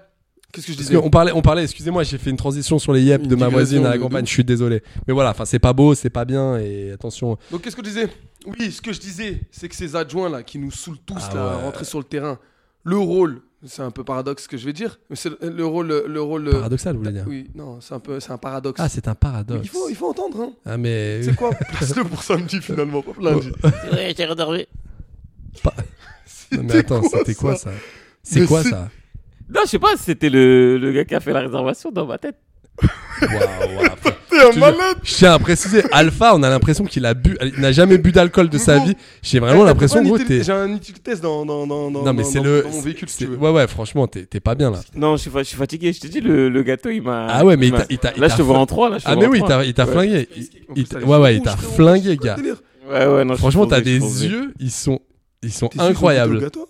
Speaker 9: Qu'est-ce que je
Speaker 8: Parce
Speaker 9: disais
Speaker 8: qu'on parlait, on parlait. Excusez-moi, j'ai fait une transition sur les yep
Speaker 9: Une
Speaker 8: de ma
Speaker 9: digression
Speaker 8: voisine à la
Speaker 9: de
Speaker 8: campagne.
Speaker 9: ouf.
Speaker 8: Je suis désolé. Mais voilà, enfin, c'est pas beau, c'est pas bien. Et attention.
Speaker 9: Donc qu'est-ce que je disais Oui, ce que je disais, c'est que ces adjoints là qui nous saoulent tous
Speaker 8: Ah
Speaker 9: là, à
Speaker 8: ouais.
Speaker 9: rentrer sur le terrain, le rôle, c'est un peu paradoxe ce que je vais dire, mais c'est le le rôle, le rôle. euh,
Speaker 8: Paradoxal, vous voulez dire.
Speaker 9: Oui, non, c'est un peu, c'est un paradoxe.
Speaker 8: Ah, c'est un
Speaker 9: Mais
Speaker 8: paradoxe.
Speaker 9: il faut, il faut entendre. Hein.
Speaker 8: Ah mais.
Speaker 9: C'est quoi Place-le pour samedi finalement, pas pour lundi.
Speaker 6: une- Ouais, j'ai redormi.
Speaker 8: Non, mais attends, c'était quoi ça C'est
Speaker 9: Mais
Speaker 8: quoi
Speaker 9: c'est-
Speaker 8: ça
Speaker 6: Non, je sais pas, c'était le, le gars qui a fait la réservation dans ma tête.
Speaker 8: Waouh, waouh.
Speaker 9: T'es un
Speaker 8: Je te jure,
Speaker 9: malade.
Speaker 8: Je tiens à préciser, Alpha, on a l'impression qu'il a bu, il n'a jamais bu d'alcool de sa
Speaker 9: Gros.
Speaker 8: vie. J'ai vraiment
Speaker 9: Eh,
Speaker 8: l'impression,
Speaker 9: t'as pas
Speaker 8: gros,
Speaker 9: un
Speaker 8: t'es.
Speaker 9: util- J'ai un utilité test dans dans dans dans.
Speaker 8: Non, mais
Speaker 9: dans-
Speaker 8: c'est
Speaker 9: dans-
Speaker 8: le.
Speaker 9: dans mon véhicule, si
Speaker 8: c'est-
Speaker 9: tu veux.
Speaker 8: Ouais, ouais, franchement, t'es t'es pas bien là.
Speaker 6: Non, je suis, fa- je suis fatigué. Je te dis, le, le gâteau, il m'a.
Speaker 8: Ah ouais, mais il
Speaker 6: m'a-
Speaker 8: t'a- il t'a- il
Speaker 6: Là,
Speaker 8: t'a
Speaker 6: je te vois
Speaker 8: flingué.
Speaker 6: en trois. Là, je te
Speaker 8: Ah,
Speaker 6: vois
Speaker 8: mais
Speaker 6: en
Speaker 8: oui,
Speaker 6: trois.
Speaker 8: il t'a- il t'a
Speaker 6: Ouais.
Speaker 8: flingué. Il-
Speaker 9: En
Speaker 8: il
Speaker 9: plus, t'as
Speaker 8: t'a-
Speaker 9: les
Speaker 8: Ouais, ouais,
Speaker 9: cheveux
Speaker 8: il t'a
Speaker 9: rouges, frérot,
Speaker 8: flingué,
Speaker 9: c'est quoi
Speaker 8: gars.
Speaker 9: le délire
Speaker 6: Ouais, ouais, non, je suis
Speaker 8: Franchement,
Speaker 6: trop
Speaker 8: t'as
Speaker 6: vieux,
Speaker 8: des
Speaker 6: je suis trop vieux.
Speaker 8: yeux, ils sont. Ils sont
Speaker 9: Tes yeux, ils ont goûté au
Speaker 8: incroyables.
Speaker 9: gâteau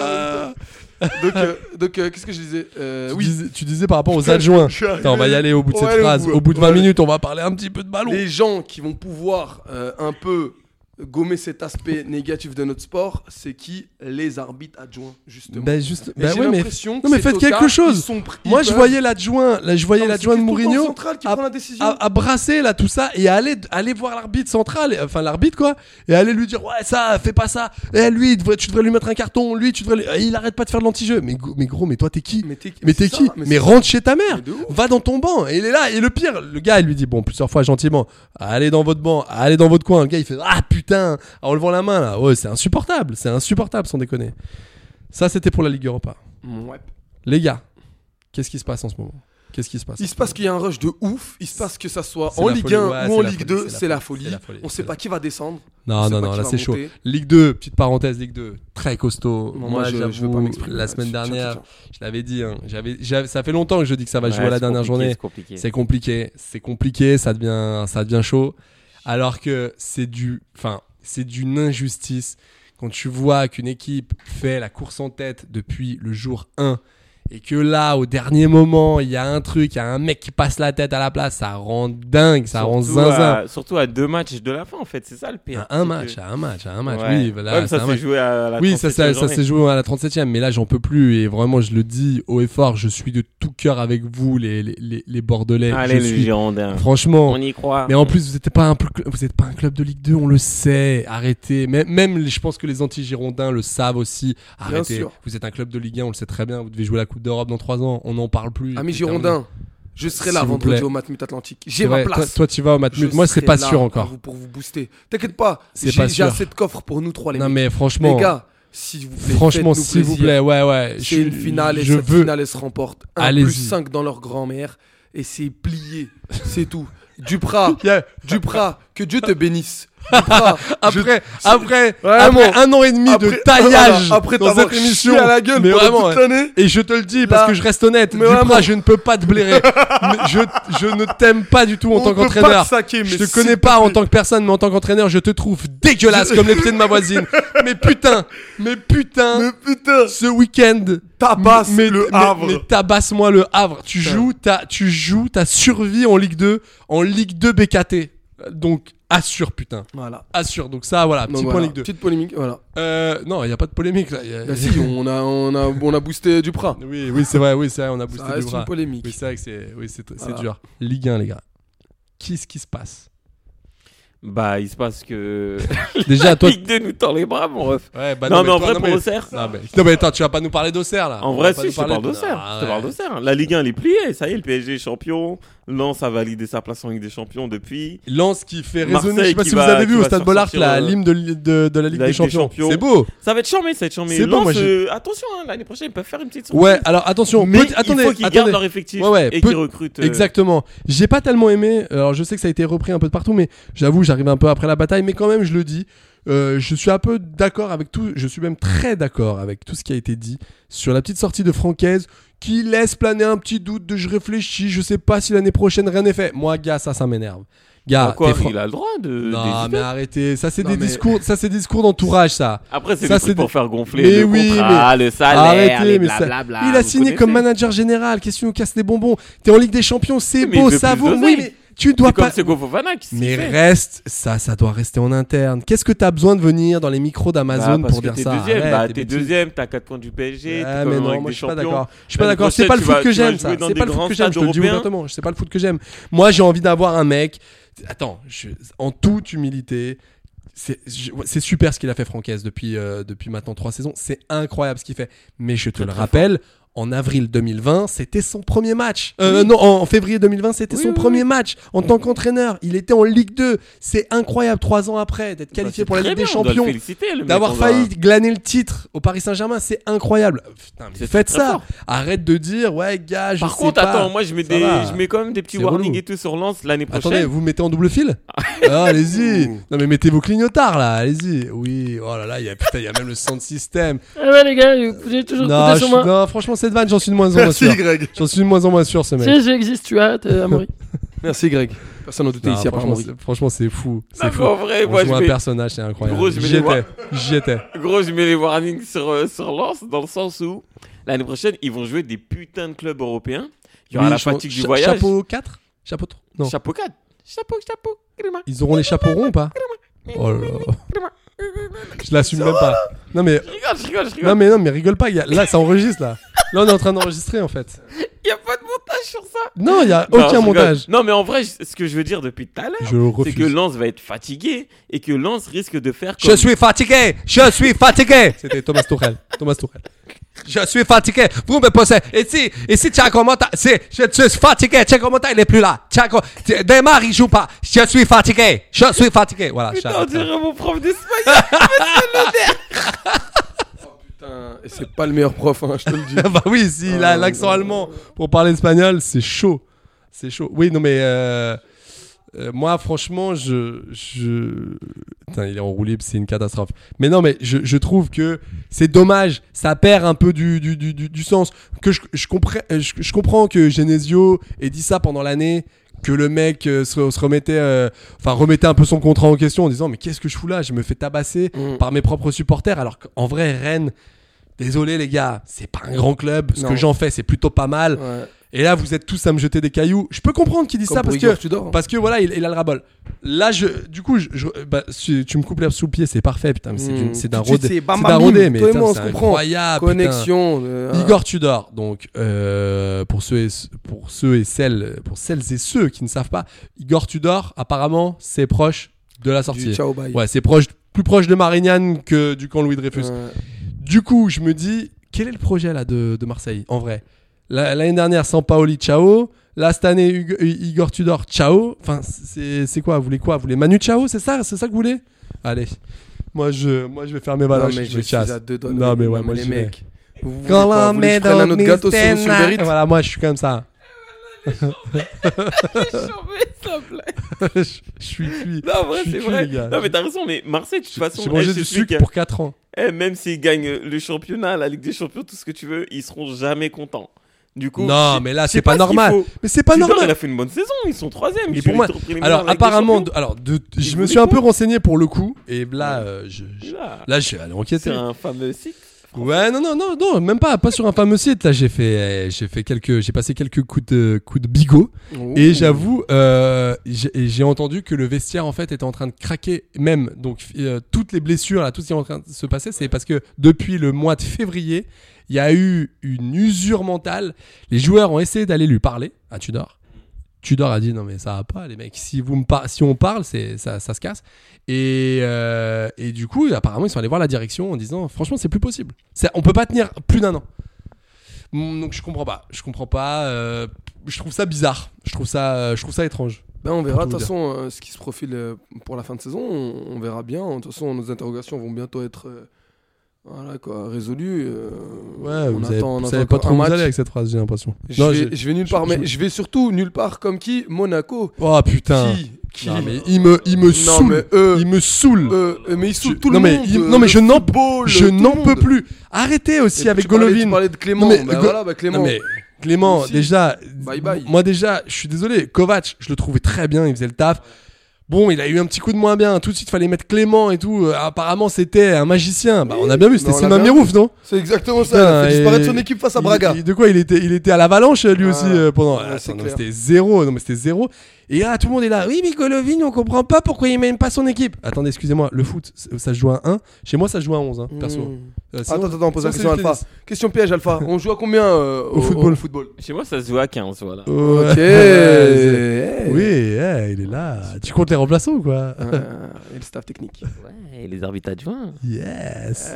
Speaker 9: Donc, euh, donc, euh, qu'est-ce que je disais Euh,
Speaker 8: Tu,
Speaker 9: Oui,
Speaker 8: disais, tu disais par rapport aux adjoints.
Speaker 2: je suis arrivé-
Speaker 8: Attends, on va y aller au bout de
Speaker 2: On va
Speaker 8: cette
Speaker 2: aller au
Speaker 8: phrase.
Speaker 2: bout,
Speaker 8: Au bout de 20
Speaker 2: ouais.
Speaker 8: minutes, on va parler un petit peu de ballon.
Speaker 9: les gens qui vont pouvoir euh, un peu gommer cet aspect négatif de notre sport, c'est qui Les arbitres adjoints, justement.
Speaker 8: Bah, juste.
Speaker 9: Et
Speaker 8: bah
Speaker 9: j'ai
Speaker 8: ouais, mais
Speaker 9: l'impression que
Speaker 8: non, mais
Speaker 9: ces
Speaker 8: faites quelque
Speaker 9: tocards,
Speaker 8: chose.
Speaker 9: ils sont pris-
Speaker 8: moi
Speaker 9: ils
Speaker 8: je
Speaker 9: peuvent-
Speaker 8: voyais l'adjoint, là je voyais
Speaker 9: Non, mais
Speaker 8: l'adjoint
Speaker 9: c'est
Speaker 8: de
Speaker 9: tout le temps le
Speaker 8: Mourinho
Speaker 9: central qui
Speaker 8: à-
Speaker 9: prend la décision.
Speaker 8: à, à brasser là tout ça et à aller à aller voir l'arbitre central, enfin l'arbitre quoi, et à aller lui dire ouais ça fais pas ça, et lui il devrait- tu devrais lui mettre un carton, lui tu devrais, lui- et il arrête pas de faire de l'anti-jeu, mais go- mais gros mais toi t'es qui
Speaker 9: Mais t'es-
Speaker 8: mais t'es
Speaker 9: c'est
Speaker 8: qui
Speaker 9: ça, mais
Speaker 8: Mais,
Speaker 9: c'est-
Speaker 8: rentre chez ta mère,
Speaker 9: Mais de ouf.
Speaker 8: va dans ton banc. Et il est là, et le pire, le gars, il lui dit, bon, plusieurs fois gentiment, allez dans votre banc, allez dans votre coin. Le gars, il fait, ah putain, en levant la main, là. Ouais, c'est insupportable, c'est insupportable, sans déconner. Ça, c'était pour la Ligue Europa.
Speaker 9: Ouais.
Speaker 8: Les gars, qu'est-ce qui se passe en ce moment Qu'est-ce qui se passe
Speaker 9: Il se passe qu'il y a un rush de ouf, il se passe que ça soit
Speaker 8: C'est
Speaker 9: en
Speaker 8: la
Speaker 9: Ligue
Speaker 8: folie,
Speaker 9: 1
Speaker 8: ouais,
Speaker 9: ou
Speaker 8: c'est
Speaker 9: en
Speaker 8: la
Speaker 9: Ligue
Speaker 8: folie,
Speaker 9: 2, c'est la folie.
Speaker 8: c'est la folie,
Speaker 9: On
Speaker 8: c'est
Speaker 9: sait
Speaker 8: la
Speaker 9: pas qui va descendre. on
Speaker 8: Non,
Speaker 9: sait
Speaker 8: non,
Speaker 9: pas
Speaker 8: non,
Speaker 9: qui
Speaker 8: là
Speaker 9: va
Speaker 8: c'est chaud.
Speaker 9: monter.
Speaker 8: Ligue 2, petite parenthèse, Ligue 2, très costaud.
Speaker 9: Moi,
Speaker 8: Moi,
Speaker 9: je- je veux
Speaker 8: j'avoue,
Speaker 9: pas m'exprimer
Speaker 8: La semaine
Speaker 9: là-dessus. Tiens,
Speaker 8: dernière,
Speaker 9: tiens,
Speaker 8: je l'avais dit, hein, j'avais, j'avais- ça fait longtemps que je dis que ça va jouer
Speaker 6: Ouais,
Speaker 8: la
Speaker 6: c'est
Speaker 8: dernière
Speaker 6: compliqué,
Speaker 8: journée.
Speaker 6: C'est compliqué.
Speaker 8: C'est compliqué, c'est compliqué, ça devient, ça devient chaud. Alors que c'est du, enfin, c'est d'une injustice quand tu vois qu'une équipe fait la course en tête depuis le jour 1 et que là, au dernier moment, il y a un truc, il y a un mec qui passe la tête à la place, ça rend dingue, ça rend
Speaker 6: Surtout
Speaker 8: zinzin.
Speaker 6: à- Surtout à deux matchs de la fin, en fait. C'est ça le pire.
Speaker 8: À un
Speaker 6: C'est
Speaker 8: match,
Speaker 6: que-
Speaker 8: à un match, à un match.
Speaker 6: Ouais.
Speaker 8: Oui, voilà,
Speaker 6: Ouais, mais
Speaker 8: c'est
Speaker 6: ça
Speaker 8: un
Speaker 6: s'est
Speaker 8: match.
Speaker 6: joué à la
Speaker 8: Oui, ça, ça,
Speaker 6: 37e
Speaker 8: ça
Speaker 6: journée.
Speaker 8: s'est joué à la 37e, mais là j'en peux plus et vraiment je le dis haut et fort, je suis de tout cœur avec vous les, les, les, les Bordelais. je
Speaker 6: Allez, les
Speaker 8: suis,
Speaker 6: Girondins.
Speaker 8: franchement,
Speaker 6: On y croit.
Speaker 8: mais en plus, vous n'êtes pas, un peu- vous êtes pas un club de Ligue 2, on le sait. Arrêtez. Même, même les- je pense que les anti-girondins le savent aussi. Arrêtez.
Speaker 9: sûr.
Speaker 8: Vous êtes un club de Ligue 1, on le sait très bien. Vous devez jouer la Coupe d'Europe dans 3 ans. On n'en parle plus.
Speaker 9: Ami
Speaker 8: C'est terminé.
Speaker 9: Girondin, je serai là
Speaker 8: S'il vous
Speaker 9: vendredi
Speaker 8: plaît.
Speaker 9: au Matmut Atlantique.
Speaker 8: C'est
Speaker 9: J'ai ma
Speaker 8: vrai, Toi,
Speaker 9: place.
Speaker 8: toi, tu vas au match.
Speaker 9: Je
Speaker 8: Moi, c'est
Speaker 9: serai
Speaker 8: pas
Speaker 9: là
Speaker 8: sûr
Speaker 9: à
Speaker 8: encore.
Speaker 9: vous- Pour vous booster. T'inquiète pas,
Speaker 8: C'est pas
Speaker 9: j'ai j'ai
Speaker 8: sûr.
Speaker 9: assez de coffres pour nous trois, les
Speaker 8: non,
Speaker 9: mecs.
Speaker 8: mais
Speaker 9: Les
Speaker 8: franchement.
Speaker 9: gars, s'il vous plaît,
Speaker 8: franchement,
Speaker 9: faites-nous
Speaker 8: s'il vous
Speaker 9: plaisir.
Speaker 8: plaît. Ouais, ouais.
Speaker 9: C'est
Speaker 8: je-
Speaker 9: une finale et
Speaker 8: Je
Speaker 9: cette
Speaker 8: veux.
Speaker 9: finale elle se remporte. 1
Speaker 8: Allez-y.
Speaker 9: plus 5 dans leur grand-mère et c'est plié. C'est tout. Duprat,
Speaker 8: Yeah.
Speaker 9: Duprat, que Dieu te bénisse. Duprat,
Speaker 8: Après, après,
Speaker 9: Vraiment.
Speaker 8: après un an et demi de
Speaker 9: Après- ah,
Speaker 8: taillage
Speaker 9: voilà, après
Speaker 8: dans
Speaker 9: t'avoir
Speaker 8: cette
Speaker 9: chié
Speaker 8: émission,
Speaker 9: à la gueule
Speaker 8: mais
Speaker 9: pendant
Speaker 8: vraiment,
Speaker 9: toute
Speaker 8: hein.
Speaker 9: l'année.
Speaker 8: Et je te le dis parce
Speaker 9: Là.
Speaker 8: que je reste honnête,
Speaker 9: Mais
Speaker 8: Duprat,
Speaker 9: vraiment.
Speaker 8: je ne peux pas te blairer. Mais je, je ne t'aime pas du tout en
Speaker 9: On
Speaker 8: tant
Speaker 9: peut pas
Speaker 8: qu'entraîneur.
Speaker 9: te saquer, mais
Speaker 8: Je te
Speaker 9: s'il
Speaker 8: connais
Speaker 9: te
Speaker 8: pas en
Speaker 9: plaît.
Speaker 8: tant que personne, mais en tant qu'entraîneur, je te trouve dégueulasse comme les pieds de ma voisine. Mais putain, mais putain,
Speaker 9: Mais putain,
Speaker 8: ce week-end.
Speaker 9: tabasse
Speaker 8: mais-
Speaker 9: le
Speaker 8: mais-
Speaker 9: Havre.
Speaker 8: Mais, tabasse-moi le Havre. Tu joues, ta, tu joues ta survie en Ligue 2, en Ligue 2 BKT. Donc, assure, putain.
Speaker 9: Voilà.
Speaker 8: Assure. Donc, ça, voilà, petit
Speaker 9: Donc
Speaker 8: point
Speaker 9: voilà,
Speaker 8: Ligue 2.
Speaker 9: Petite polémique, voilà.
Speaker 8: Euh, non, il n'y a pas de polémique là. Y a-
Speaker 9: Bah si, on a, on a, on a boosté Duprat.
Speaker 8: Oui, oui, c'est vrai, oui, c'est vrai, on a
Speaker 9: Ça
Speaker 8: boosté
Speaker 9: reste
Speaker 8: Dubra.
Speaker 9: une polémique.
Speaker 8: Oui, c'est vrai que c'est oui, c'est- c'est
Speaker 9: Voilà.
Speaker 8: dur. Ligue 1, les gars. Qu'est-ce qui se passe
Speaker 6: Bah, il se passe que.
Speaker 8: Déjà, Ah, toi.
Speaker 6: Ligue 2 nous tend les bras, ah, mon ref.
Speaker 8: Ouais, bah,
Speaker 6: non, mais en
Speaker 8: toi,
Speaker 6: vrai,
Speaker 8: non,
Speaker 6: pour
Speaker 8: mais-
Speaker 6: Auxerre.
Speaker 8: Non mais... non, mais attends, tu vas pas nous parler d'Auxerre là.
Speaker 6: En
Speaker 8: Ah, On
Speaker 6: vrai,
Speaker 8: va pas
Speaker 6: si,
Speaker 8: nous
Speaker 6: je te parle
Speaker 8: de-
Speaker 6: d'Auxerre.
Speaker 8: Ah,
Speaker 6: Je te parle
Speaker 8: ouais.
Speaker 6: d'Auxerre. La Ligue 1, elle est pliée. Ça y est, le PSG est champion. Lens a validé sa place en Ligue des Champions depuis.
Speaker 8: Lens qui fait
Speaker 6: Marseille
Speaker 8: résonner, je sais pas
Speaker 6: qui
Speaker 8: si vous
Speaker 6: va-
Speaker 8: avez
Speaker 6: qui
Speaker 8: vu au
Speaker 6: va
Speaker 8: Stade
Speaker 6: sortir,
Speaker 8: Bollard la
Speaker 6: euh,
Speaker 8: lime de, li- de, de la Ligue,
Speaker 6: la
Speaker 8: des,
Speaker 6: Ligue des
Speaker 8: champions.
Speaker 6: Champions.
Speaker 8: C'est beau.
Speaker 6: Ça va être charmé, ça va être charmé.
Speaker 8: C'est bon,
Speaker 6: Lens,
Speaker 8: moi, j'ai-
Speaker 6: euh, attention, hein, l'année prochaine, ils peuvent faire une petite surprise.
Speaker 8: Ouais, alors attention,
Speaker 6: mais
Speaker 8: petit- attendez,
Speaker 6: il faut qu'ils
Speaker 8: attendez.
Speaker 6: gardent leur effectif
Speaker 8: Ouais, ouais,
Speaker 6: et
Speaker 8: peu-
Speaker 6: qu'ils recrutent. euh,
Speaker 8: Exactement. J'ai pas tellement aimé. Alors je sais que ça a été repris un peu de partout, mais j'avoue, j'arrive un peu après la bataille. Mais quand même, je le dis, euh, je suis un peu d'accord avec tout. Je suis même très d'accord avec tout ce qui a été dit sur la petite sortie de Francaise qui laisse planer un petit doute de je réfléchis, je sais pas si l'année prochaine rien n'est fait. Moi, gars, ça, ça m'énerve. Gars,
Speaker 6: Quoi,
Speaker 8: Ah, t'es Fran-
Speaker 6: il a le droit de.
Speaker 8: non,
Speaker 6: d'hésiter.
Speaker 8: mais arrêtez. Ça, c'est
Speaker 9: Non,
Speaker 8: des
Speaker 9: mais-
Speaker 8: discours. Ça, c'est des discours d'entourage, ça.
Speaker 6: Après, c'est
Speaker 8: Ça,
Speaker 6: des
Speaker 8: c'est
Speaker 6: trucs pour
Speaker 8: des-
Speaker 6: faire gonfler
Speaker 8: Mais
Speaker 6: le
Speaker 8: oui,
Speaker 6: contrat, le salaire,
Speaker 8: Arrêtez,
Speaker 6: les
Speaker 8: mais ça-
Speaker 6: blablabla.
Speaker 8: Il a
Speaker 6: vous
Speaker 8: signé comme
Speaker 6: connaissez.
Speaker 8: manager général. Qu'est-ce qui nous casse les bonbons T'es en Ligue des Champions, c'est
Speaker 6: Mais il
Speaker 8: beau,
Speaker 6: veut
Speaker 8: ça
Speaker 6: plus
Speaker 8: vaut.
Speaker 6: d'oseille.
Speaker 8: Oui, mais tu dois
Speaker 6: C'est comme
Speaker 8: pas.
Speaker 6: Seko Fofana qui s'y
Speaker 8: Mais
Speaker 6: fait.
Speaker 8: reste, ça, ça doit rester en interne. Qu'est-ce que t'as besoin de venir dans les micros d'Amazon
Speaker 6: Bah, parce
Speaker 8: pour
Speaker 6: que
Speaker 8: dire
Speaker 6: t'es
Speaker 8: ça
Speaker 6: Deuxième,
Speaker 8: Arrête,
Speaker 6: bah,
Speaker 8: tes
Speaker 6: t'es
Speaker 8: bêtises.
Speaker 6: deuxième, t'as 4 points du PSG,
Speaker 8: Ah, mais
Speaker 6: t'es quand même
Speaker 8: non,
Speaker 6: avec
Speaker 8: moi
Speaker 6: des
Speaker 8: je suis pas
Speaker 6: champions.
Speaker 8: d'accord. Je suis pas
Speaker 6: L'année
Speaker 8: d'accord. C'est
Speaker 6: prochaine,
Speaker 8: pas le
Speaker 6: tu
Speaker 8: foot
Speaker 6: vas-
Speaker 8: que
Speaker 6: tu vas
Speaker 8: j'aime,
Speaker 6: jouer
Speaker 8: ça.
Speaker 6: dans
Speaker 8: C'est
Speaker 6: des
Speaker 8: pas le
Speaker 6: grands
Speaker 8: foot que j'aime. Je te le dis
Speaker 6: stades
Speaker 8: ouvertement. C'est pas le foot que j'aime. Moi, j'ai envie d'avoir un mec. Attends, je- en toute humilité, c'est je- ouais, c'est super ce qu'il a fait Francaise depuis, euh, depuis maintenant trois saisons. C'est incroyable ce qu'il fait. Mais je te le rappelle, en avril 2020, c'était son premier match. Euh, Non, en, en février 2020, c'était son premier match en tant qu'entraîneur. Il était en Ligue 2. C'est incroyable, trois ans après, d'être qualifié
Speaker 6: Bah, c'est
Speaker 8: pour la
Speaker 6: très
Speaker 8: Ligue des
Speaker 6: bien, on doit le
Speaker 8: Champions.
Speaker 6: féliciter, le mec,
Speaker 8: D'avoir
Speaker 6: on va-
Speaker 8: failli glaner le titre au Paris Saint-Germain, c'est incroyable. Putain, mais
Speaker 6: C'est
Speaker 8: faites
Speaker 6: très
Speaker 8: ça.
Speaker 6: fort.
Speaker 8: Arrête de dire, ouais, gars, je
Speaker 6: Par
Speaker 8: sais
Speaker 6: contre,
Speaker 8: pas.
Speaker 6: attends, moi je mets,
Speaker 8: Ça
Speaker 6: des,
Speaker 8: va.
Speaker 6: je mets quand même des petits
Speaker 8: C'est
Speaker 6: warnings
Speaker 8: relou.
Speaker 6: et tout sur Lance l'année prochaine.
Speaker 8: Attendez, vous mettez en double fil ah, Allez-y Non mais mettez vos clignotards là, allez-y Oui, oh là là, il y a, putain, il y a même le sound system
Speaker 10: Ah ouais, les gars, vous pouvez toujours
Speaker 8: non,
Speaker 10: compter
Speaker 8: je-
Speaker 10: sur moi.
Speaker 8: non, franchement, cette vanne, j'en suis de moins en moins
Speaker 2: Merci
Speaker 8: sûr.
Speaker 2: Greg.
Speaker 8: J'en suis de moins en moins sûr, ce mec.
Speaker 10: Si j'existe, tu as, t'es Amaury.
Speaker 9: Merci Greg. Personne n'en doutait
Speaker 8: Non,
Speaker 9: ici à part
Speaker 8: franchement,
Speaker 9: Maurice.
Speaker 8: c'est- franchement, c'est fou.
Speaker 6: Non,
Speaker 8: C'est
Speaker 6: mais
Speaker 8: fou.
Speaker 6: Ah, en vrai,
Speaker 8: On
Speaker 6: moi,
Speaker 8: joue
Speaker 6: je
Speaker 8: un
Speaker 6: mets-
Speaker 8: personnage, c'est incroyable.
Speaker 6: Gros, je mets
Speaker 8: J'y
Speaker 6: les
Speaker 8: étais. J'y étais.
Speaker 6: Gros, je mets les warnings sur, euh, sur Lens dans le sens où l'année prochaine, ils vont jouer des putains de clubs européens. Il y aura
Speaker 8: Oui,
Speaker 6: la
Speaker 8: je pense-
Speaker 6: fatigue du
Speaker 8: cha-
Speaker 6: voyage.
Speaker 8: Chapeau 4 Chapeau 3 Non.
Speaker 6: Chapeau 4. Chapeau, chapeau. Grima.
Speaker 8: Ils auront les chapeaux ronds ou pas Oh là là. Je l'assume même pas. Non mais,
Speaker 6: Je rigole, je rigole, je
Speaker 8: non
Speaker 6: rigole.
Speaker 8: mais, non, mais rigole pas. il y a- Là, ça enregistre là. Là, on est en train d'enregistrer en fait.
Speaker 6: Il n'y a pas de montage sur ça.
Speaker 8: Non, il y a
Speaker 6: Non, je
Speaker 8: aucun
Speaker 6: rigole.
Speaker 8: montage.
Speaker 6: Non, mais en vrai, je- ce que je veux dire depuis tout à l'heure,
Speaker 8: Je le
Speaker 6: c'est que
Speaker 8: refuse.
Speaker 6: Lens va être fatigué et que Lens risque de faire comme.
Speaker 8: Je suis fatigué, je suis fatigué. C'était Thomas Tuchel. Thomas Tuchel. Je suis fatigué. Vous me posez. Et si, et si Thiago Motta, si, je suis fatigué. Thiago Motta, il est plus là. Thiago, Th- Neymar, il joue pas. Je suis fatigué. Je suis fatigué. Voilà.
Speaker 6: Putain, on
Speaker 8: Charles.
Speaker 6: dirait mon prof d'espagnol.
Speaker 9: Putain, et c'est pas le meilleur prof, hein, je te le dis.
Speaker 8: bah oui, s'il a l'accent allemand pour parler espagnol, c'est chaud. C'est chaud. Oui, non, mais euh, euh, moi, franchement, je, je. Putain, il est en roue libre, c'est une catastrophe. Mais non, mais je, je trouve que c'est dommage. Ça perd un peu du, du, du, du- du sens. Que je, je, comprends, euh, je, je comprends que Genesio ait dit ça pendant l'année. Que le mec euh, se, se remettait, euh, enfin remettait un peu son contrat en question en disant mais qu'est-ce que je fous là, je me fais tabasser
Speaker 9: Mm.
Speaker 8: par mes propres supporters alors qu'en vrai Rennes, désolé les gars, c'est pas un grand club, ce
Speaker 9: Non.
Speaker 8: que j'en fais c'est plutôt pas mal.
Speaker 9: Ouais.
Speaker 8: Et là, vous êtes tous à me jeter des cailloux. Je peux comprendre qu'ils disent
Speaker 9: Comme
Speaker 8: ça parce
Speaker 9: pour Igor
Speaker 8: que,
Speaker 9: Tudor, hein.
Speaker 8: parce que voilà, il, il a le ras-bol. Là, je, du coup, je, je- bah, si tu me coupes l'herbe sous le pied, c'est parfait, putain. mais c'est
Speaker 9: Mm.
Speaker 8: d'une- c'est d'un
Speaker 9: Tout de suite,
Speaker 8: rodé.
Speaker 9: c'est bam,
Speaker 8: c'est
Speaker 9: bam,
Speaker 8: d'un
Speaker 9: bim.
Speaker 8: rodé, mais
Speaker 9: Toi et
Speaker 8: putain,
Speaker 9: moi, on
Speaker 8: c'est
Speaker 9: se comprend.
Speaker 8: incroyable. putain.
Speaker 9: Connexion. euh,
Speaker 8: Igor Tudor, donc euh, pour ceux et pour ceux et celles pour celles et ceux qui ne savent pas, Igor Tudor apparemment c'est proche de la
Speaker 9: du
Speaker 8: sortie.
Speaker 9: Ciao bye.
Speaker 8: Ouais, c'est proche plus proche de Marignane que du camp Louis Dreyfus.
Speaker 9: Ouais.
Speaker 8: Du coup, je me dis, quel est le projet là de, de Marseille en vrai La- L'année dernière, sans Paoli, ciao. Là, cette année, Hugo- I- Igor Tudor, ciao. Enfin, c'est c'est quoi Vous voulez quoi Vous voulez Manu, ciao C'est ça C'est ça que vous voulez Allez. Moi je, moi, je vais faire mes
Speaker 9: Non,
Speaker 8: balages.
Speaker 9: mais
Speaker 8: Bah, je,
Speaker 9: je
Speaker 8: me
Speaker 9: suis
Speaker 8: casse.
Speaker 9: à deux doigts de-
Speaker 8: Non, mais ouais, moi
Speaker 9: les
Speaker 8: j'y vais.
Speaker 9: mecs. Vous voulez quoi Vous voulez que je prenne un autre gâteau sur le
Speaker 8: Et
Speaker 9: Berry
Speaker 8: Voilà, moi je suis comme ça. je je suis cuit.
Speaker 6: Non, en vrai,
Speaker 8: Je suis cuit,
Speaker 6: c'est vrai.
Speaker 8: les gars.
Speaker 6: Non, mais t'as raison, mais Marseille, de toute façon,
Speaker 8: J'ai
Speaker 6: eh,
Speaker 8: mangé
Speaker 6: je
Speaker 8: du
Speaker 6: t'explique,
Speaker 8: sucre
Speaker 6: hein.
Speaker 8: pour 4 ans.
Speaker 6: Eh, même s'ils gagnent euh, le championnat, la Ligue des Champions, tout ce que tu veux, ils seront jamais contents. Du coup,
Speaker 8: Non,
Speaker 6: je-
Speaker 8: mais là,
Speaker 6: je sais
Speaker 8: c'est pas
Speaker 6: ce qu'il
Speaker 8: normal.
Speaker 6: faut.
Speaker 8: Mais c'est pas
Speaker 6: Tudor,
Speaker 8: normal.
Speaker 6: Il a fait une bonne saison, ils sont troisième.
Speaker 8: Mais
Speaker 6: ils
Speaker 8: pour
Speaker 6: sont
Speaker 8: moi-
Speaker 6: ultra préliminaires
Speaker 8: Alors
Speaker 6: de la Ligue des
Speaker 8: apparemment, de-
Speaker 6: Champions.
Speaker 8: alors de-
Speaker 6: Ils
Speaker 8: je me
Speaker 6: voulaient
Speaker 8: suis un peu
Speaker 6: pas.
Speaker 8: renseigné pour le coup et là, euh, je, je-
Speaker 6: Là,
Speaker 8: là, je vais aller
Speaker 6: c'est
Speaker 8: enquêter.
Speaker 6: un fameux site.
Speaker 8: Ouais, non, non, non, non, même pas, pas sur un fameux site. Là, j'ai fait, euh, j'ai fait quelques, j'ai passé quelques coups de, coups de bigot et j'avoue, euh, j'ai et j'ai entendu que le vestiaire en fait était en train de craquer. Même donc euh, toutes les blessures là, tout ce qui est en train de se passer, c'est parce que depuis le mois de février, il y a eu une usure mentale. Les joueurs ont essayé d'aller lui parler à Tudor. Tudor a dit non mais ça va pas les mecs si vous me par- si on parle c'est ça, ça se casse et, euh, et du coup apparemment ils sont allés voir la direction en disant franchement c'est plus possible C'est- on peut pas tenir plus d'un an Mm, donc je comprends pas je comprends pas euh, je trouve ça bizarre je trouve ça euh, je trouve ça étrange
Speaker 9: Ben, on verra
Speaker 8: Pour
Speaker 9: de
Speaker 8: tout
Speaker 9: toute façon euh, ce qui se profile euh, pour la fin de saison. On, on verra bien. De toute façon, nos interrogations vont bientôt être euh, voilà, quoi, résolues. euh, on
Speaker 8: vous,
Speaker 9: attend, on attend
Speaker 8: pas
Speaker 9: encore
Speaker 8: trop
Speaker 9: un
Speaker 8: où vous
Speaker 9: match.
Speaker 8: allez avec cette phrase j'ai l'impression
Speaker 9: Je,
Speaker 8: Non,
Speaker 9: vais,
Speaker 8: j'ai-
Speaker 9: je vais nulle part,
Speaker 8: je-
Speaker 9: mais je vais surtout nulle part comme qui Monaco.
Speaker 8: oh putain
Speaker 9: Qui, qui
Speaker 8: Non, mais il me il me
Speaker 9: Non,
Speaker 8: saoule
Speaker 9: mais eux,
Speaker 8: il me saoule
Speaker 9: euh, euh, mais ils
Speaker 8: Je-
Speaker 9: saoulent tout le
Speaker 8: non, mais,
Speaker 9: monde.
Speaker 8: il-
Speaker 9: euh,
Speaker 8: non mais je
Speaker 9: le
Speaker 8: n'en
Speaker 9: football,
Speaker 8: je
Speaker 9: tout le
Speaker 8: n'en peux
Speaker 9: monde.
Speaker 8: plus arrêtez aussi
Speaker 9: Et
Speaker 8: avec
Speaker 9: tu parlais-
Speaker 8: Golovin
Speaker 9: Tu parlais de Clément.
Speaker 8: Non, mais
Speaker 9: Ben
Speaker 8: Go-
Speaker 9: voilà, ben Clément.
Speaker 8: Non mais Clément,
Speaker 9: Aussi.
Speaker 8: déjà,
Speaker 9: Bye bye.
Speaker 8: moi déjà, je suis désolé, Kovac, je le trouvais très bien, il faisait le taf. Bon, il a eu un petit coup de moins bien. Tout de suite, fallait mettre Clément et tout. Euh, apparemment, c'était un magicien. Bah, on a bien vu, c'était
Speaker 2: mais on l'a
Speaker 8: Sylvain
Speaker 2: bien
Speaker 8: Mirouf, non
Speaker 2: C'est exactement ça. Il a
Speaker 8: Putain,
Speaker 2: fait disparaître
Speaker 8: et-
Speaker 2: son équipe face à
Speaker 8: il-
Speaker 2: Braga.
Speaker 8: il- de quoi il était, il était à l'avalanche lui aussi euh, pendant.
Speaker 2: ouais,
Speaker 8: Ah,
Speaker 2: c'est
Speaker 8: attends, non,
Speaker 2: clair.
Speaker 8: c'était zéro, non mais c'était zéro. Et là tout le monde est là. Oui mais Golovin, on comprend pas pourquoi il mène pas son équipe. Attendez, excusez-moi, le foot ça ça se joue à 1. Chez moi ça se joue à 11 hein, perso.
Speaker 9: Mmh.
Speaker 8: Euh, sinon-
Speaker 9: Hmm. Attends, attends, on pose la
Speaker 8: sinon,
Speaker 9: question
Speaker 8: c'est le
Speaker 9: Alpha. Question piège Alpha. On joue à combien euh, au,
Speaker 8: football.
Speaker 6: Chez moi, ça se joue à 15, voilà.
Speaker 8: tennis.
Speaker 9: Ok.
Speaker 8: euh, Ouais,
Speaker 9: Eh,
Speaker 8: c'est- Oui, eh, il est là. Tu comptes les remplaçants ou quoi
Speaker 9: euh, et le staff technique.
Speaker 6: et les arbitres adjoints.
Speaker 8: Yes.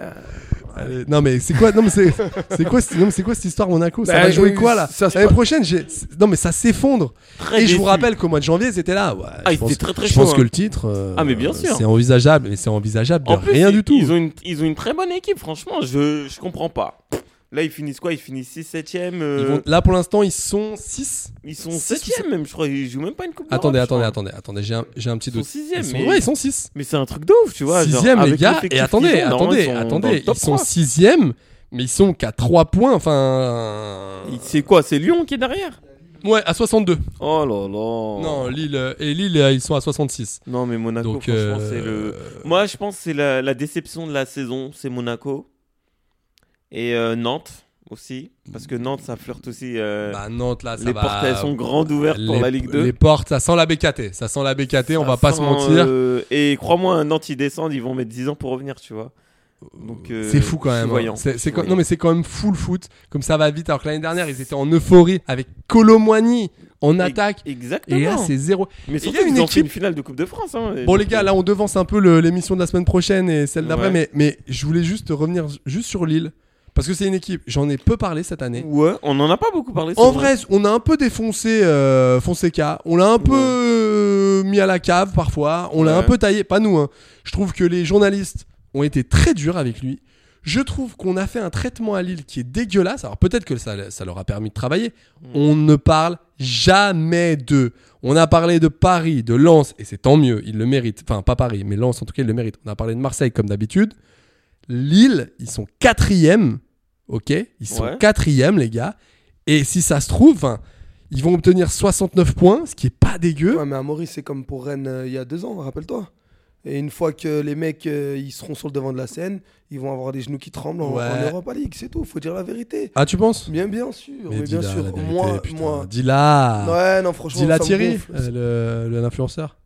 Speaker 8: Allez, non mais c'est quoi Non mais c'est c'est quoi ce- non, mais c'est quoi cette histoire Monaco Ça
Speaker 9: Bah,
Speaker 8: va jouer
Speaker 9: euh,
Speaker 8: quoi là Eh,
Speaker 9: ça se
Speaker 8: L'année
Speaker 9: passe-
Speaker 8: prochaine, j'ai- non mais ça s'effondre.
Speaker 6: Très
Speaker 8: Et je
Speaker 6: déçu.
Speaker 8: vous rappelle qu'au mois de janvier, c'était là. Ouais,
Speaker 6: Ah,
Speaker 8: je
Speaker 6: ils
Speaker 8: pense-
Speaker 6: étaient très, très
Speaker 8: Je pense
Speaker 6: chauds,
Speaker 8: que
Speaker 6: hein.
Speaker 8: le titre, euh,
Speaker 6: Ah, mais bien sûr.
Speaker 8: c'est envisageable, mais c'est envisageable de
Speaker 6: En plus,
Speaker 8: rien
Speaker 6: ils-
Speaker 8: du tout.
Speaker 6: Ils ont, une, ils ont une très bonne équipe, franchement, je, je comprends pas. Là, ils finissent quoi Ils finissent 6 7 e
Speaker 8: Ils vont- Là pour l'instant, ils sont 6
Speaker 6: Ils sont
Speaker 8: Six,
Speaker 6: 7 e même, je crois. Ils jouent même pas une coupe.
Speaker 8: Attendez,
Speaker 6: d'Europe, je
Speaker 8: attendez, attendez,
Speaker 6: crois.
Speaker 8: attendez, j'ai un, j'ai un petit
Speaker 6: Ils sont
Speaker 8: doute.
Speaker 6: sixième,
Speaker 8: Ils sont-
Speaker 6: mais-
Speaker 8: Ouais, ils sont 6
Speaker 6: Mais c'est un truc de ouf, tu vois. genre,
Speaker 8: Sixième les
Speaker 6: avec
Speaker 8: gars.
Speaker 6: l'effectif
Speaker 8: Et
Speaker 6: qu'ils
Speaker 8: attendez,
Speaker 6: ont, normalement,
Speaker 8: attendez,
Speaker 6: ils sont dans le
Speaker 8: attendez,
Speaker 6: top
Speaker 8: ils sont
Speaker 6: 3.
Speaker 8: sixième, mais ils sont qu'à 3 points. Enfin,
Speaker 6: C'est quoi C'est Lyon qui est derrière
Speaker 8: ouais, à 62.
Speaker 6: Oh là là.
Speaker 8: Non, Lille euh, et Lille, euh, ils sont à 66.
Speaker 6: Non, mais Monaco,
Speaker 8: Donc,
Speaker 6: franchement,
Speaker 8: euh,
Speaker 6: c'est le. Moi, je pense que c'est la, la déception de la saison, c'est Monaco. Et euh, Nantes aussi. Parce que Nantes, ça flirte aussi. euh,
Speaker 8: Bah Nantes là, ça
Speaker 6: les
Speaker 8: va-
Speaker 6: portes, elles sont grandes ouvertes pour
Speaker 8: Les-
Speaker 6: la Ligue 2.
Speaker 8: Les portes, ça sent la BKT, ça sent la BKT, on
Speaker 6: Ça
Speaker 8: va pas
Speaker 6: sent,
Speaker 8: se mentir.
Speaker 6: euh, et crois-moi, un Nantes, ils descendent, ils vont mettre 10 ans pour revenir, tu vois. Donc, euh,
Speaker 8: c'est fou quand
Speaker 6: je suis
Speaker 8: même. hein.
Speaker 6: voyant,
Speaker 8: C'est-
Speaker 6: je
Speaker 8: c'est
Speaker 6: suis
Speaker 8: quand-
Speaker 6: voyant.
Speaker 8: Non mais c'est quand même full foot, comme ça va vite. Alors que l'année dernière, ils étaient en euphorie avec Colomwani en attaque.
Speaker 6: Exactement.
Speaker 8: Et là, c'est zéro.
Speaker 6: Mais surtout,
Speaker 8: il y a une
Speaker 6: ils ont fait
Speaker 8: équipe-
Speaker 6: une finale de Coupe de France. hein, et
Speaker 8: Bon
Speaker 6: donc,
Speaker 8: les gars,
Speaker 6: euh,
Speaker 8: là on devance un peu le- l'émission de la semaine prochaine et celle d'après,
Speaker 6: Ouais.
Speaker 8: mais, mais je voulais juste revenir juste sur Lille parce que c'est une équipe. J'en ai peu parlé cette année.
Speaker 6: Ouais, on en a pas beaucoup parlé. c'est
Speaker 8: En vrai, on a un peu défoncé euh, Fonseca, on l'a un peu
Speaker 6: Ouais.
Speaker 8: euh, mis à la cave parfois, on l'a
Speaker 6: Ouais.
Speaker 8: un peu taillé, pas nous. hein. Je trouve que les journalistes ont été très durs avec lui. Je trouve qu'on a fait un traitement à Lille qui est dégueulasse. Alors peut-être que ça, ça leur a permis de travailler. On ne parle jamais d'eux. On a parlé de Paris, de Lens, et c'est tant mieux, ils le méritent. Enfin, pas Paris, mais Lens en tout cas, ils le méritent. On a parlé de Marseille comme d'habitude. Lille, ils sont quatrième. Ok Ils sont
Speaker 6: Ouais.
Speaker 8: quatrième, les gars. Et si ça se trouve, enfin, ils vont obtenir 69 points, ce qui est pas dégueu.
Speaker 9: Ouais, mais à Maurice, c'est comme pour Rennes euh, il y a deux ans, rappelle-toi. Et une fois que les mecs euh, ils seront sur le devant de la scène, ils vont avoir des genoux qui tremblent en,
Speaker 8: Ouais.
Speaker 9: en Europa League, c'est tout, faut dire la vérité.
Speaker 8: Ah, tu penses
Speaker 9: Bien, bien sûr, mais, bien
Speaker 8: dis-la,
Speaker 9: sûr.
Speaker 8: la vérité,
Speaker 9: moi,
Speaker 8: putain.
Speaker 9: moi.
Speaker 8: Dis-la
Speaker 9: Ouais, non, franchement,
Speaker 8: Dis-la
Speaker 9: ça me
Speaker 8: Thierry,
Speaker 9: gonfle.
Speaker 8: euh, le- le- l'influenceur.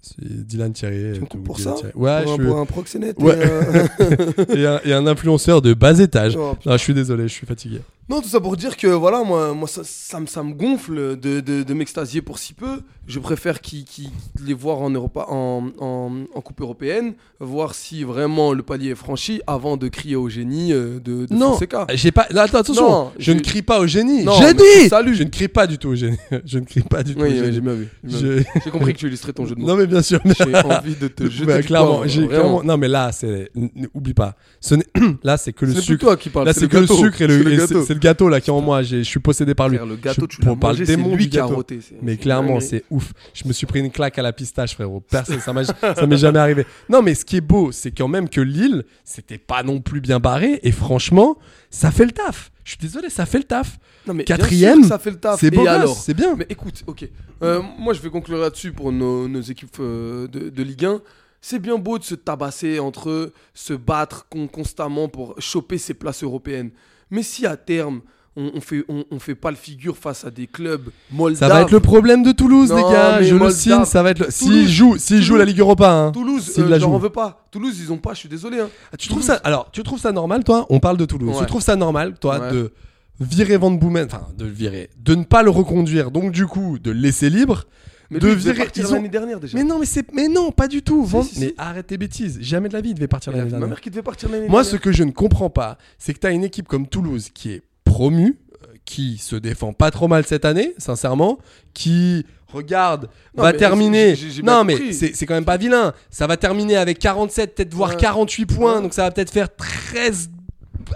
Speaker 8: C'est Dylan Thierry.
Speaker 9: Tu
Speaker 8: euh,
Speaker 9: me
Speaker 8: tout,
Speaker 9: coupes pour
Speaker 8: Dylan
Speaker 9: ça
Speaker 8: Thierry. Ouais,
Speaker 9: pour,
Speaker 8: je
Speaker 9: un,
Speaker 8: suis-
Speaker 9: pour un proxénète. euh,
Speaker 8: Ouais.
Speaker 9: et un-
Speaker 8: et, un, et un influenceur de bas étage.
Speaker 9: Oh,
Speaker 8: Ah, je suis désolé, je suis fatigué.
Speaker 9: Non, tout ça pour dire que voilà, moi, moi ça, ça, me- ça me gonfle de, de, de m'extasier pour si peu. Je préfère qui, les voir en, Europa, en, en, en Coupe européenne, voir si vraiment le palier est franchi avant de crier au génie euh, de, de
Speaker 8: Non,
Speaker 9: Fonseca.
Speaker 8: j'ai pas. là, attends, attention,
Speaker 9: Non,
Speaker 8: je ne
Speaker 9: j'ai-
Speaker 8: crie pas au génie.
Speaker 9: Non,
Speaker 8: génie
Speaker 9: mais- salut.
Speaker 8: Je ne crie pas du tout au génie. Je ne crie pas du tout
Speaker 9: Oui,
Speaker 8: au
Speaker 9: oui,
Speaker 8: génie.
Speaker 9: j'ai bien vu. j'ai bien vu.
Speaker 8: Je-
Speaker 9: J'ai compris que tu illustrais ton jeu de mots.
Speaker 8: Non, mais bien sûr.
Speaker 9: J'ai envie de te
Speaker 8: Bah,
Speaker 9: jeter. du
Speaker 8: clairement,
Speaker 9: poing,
Speaker 8: j'ai
Speaker 9: vraiment.
Speaker 8: clairement- Non, mais là, c'est. n- n- Oublie pas. Ce n'est- là, c'est que le
Speaker 9: C'est plus
Speaker 8: sucre.
Speaker 9: toi qui parles.
Speaker 8: Là, c'est que le
Speaker 9: gâteau.
Speaker 8: sucre et le,
Speaker 9: C'est
Speaker 8: et c'est-
Speaker 9: gâteau.
Speaker 8: c'est le gâteau là qui est en moi. J'ai- Je suis possédé par lui.
Speaker 9: Frère, le
Speaker 8: Je-
Speaker 9: gâteau, tu l'as
Speaker 8: on parle
Speaker 9: mangé, c'est
Speaker 8: démon du
Speaker 9: lui qui a
Speaker 8: gâteau.
Speaker 9: roté. c'est-
Speaker 8: Mais
Speaker 9: c'est
Speaker 8: clairement,
Speaker 9: dinguerie.
Speaker 8: c'est ouf. Je me suis pris une claque à la pistache, frérot. Personne, ça m'a- ça m'est jamais arrivé. Non, mais ce qui est beau, c'est quand même que Lille, c'était pas non plus bien barré. Et franchement, ça fait le taf. Je suis désolé, ça fait le taf.
Speaker 9: Non, mais bien sûr
Speaker 8: Quatrième,
Speaker 9: que ça fait le taf.
Speaker 8: C'est
Speaker 9: Et
Speaker 8: beau, gosse,
Speaker 9: alors
Speaker 8: c'est bien.
Speaker 9: Mais écoute, ok. Euh, moi, je vais conclure là-dessus pour nos, nos équipes euh, de, de Ligue 1. C'est bien beau de se tabasser entre eux, se battre con- constamment pour choper ces places européennes. Mais si à terme, on, on fait, on, on fait pas le figure face à des clubs
Speaker 8: Ça
Speaker 9: moldaves,
Speaker 8: va être le problème de Toulouse,
Speaker 9: Non,
Speaker 8: les gars.
Speaker 9: mais
Speaker 8: Je le
Speaker 9: Moldave.
Speaker 8: signe, ça va être le. S'ils
Speaker 9: Toulouse,
Speaker 8: jouent, s'ils jouent
Speaker 9: Toulouse.
Speaker 8: la Ligue Europa, hein.
Speaker 9: Toulouse,
Speaker 8: S'ils
Speaker 9: euh,
Speaker 8: la
Speaker 9: je leur en
Speaker 8: jouent.
Speaker 9: veux pas. Toulouse, ils ont pas. Je suis désolé. hein.
Speaker 8: Tu trouves ça alors tu trouves ça normal toi on parle de Toulouse
Speaker 9: Ouais.
Speaker 8: tu trouves ça normal toi
Speaker 9: Ouais.
Speaker 8: de virer Van Boomen enfin de le virer de ne pas le reconduire donc du coup de le laisser libre
Speaker 9: Mais
Speaker 8: de
Speaker 9: lui, il devait
Speaker 8: virer
Speaker 9: partir
Speaker 8: ils ont-
Speaker 9: l'année dernière déjà.
Speaker 8: mais non mais c'est mais non pas du tout
Speaker 9: Si,
Speaker 8: Van-
Speaker 9: si, si.
Speaker 8: mais arrête tes bêtises jamais de la vie il devait partir
Speaker 9: Il a
Speaker 8: l'année
Speaker 9: vu ma
Speaker 8: dernière
Speaker 9: mère qui devait partir l'année
Speaker 8: moi ce
Speaker 9: dernière.
Speaker 8: que je ne comprends pas c'est que tu as une équipe comme Toulouse qui est promue euh, qui se défend pas trop mal cette année sincèrement qui regarde
Speaker 9: Non,
Speaker 8: va
Speaker 9: mais
Speaker 8: terminer
Speaker 9: j'ai- j'ai bien
Speaker 8: non mais
Speaker 9: compris.
Speaker 8: c'est c'est quand même pas vilain ça va terminer avec 47 peut-être voire
Speaker 9: Ouais.
Speaker 8: 48 points
Speaker 9: Ouais.
Speaker 8: donc ça va peut-être faire 13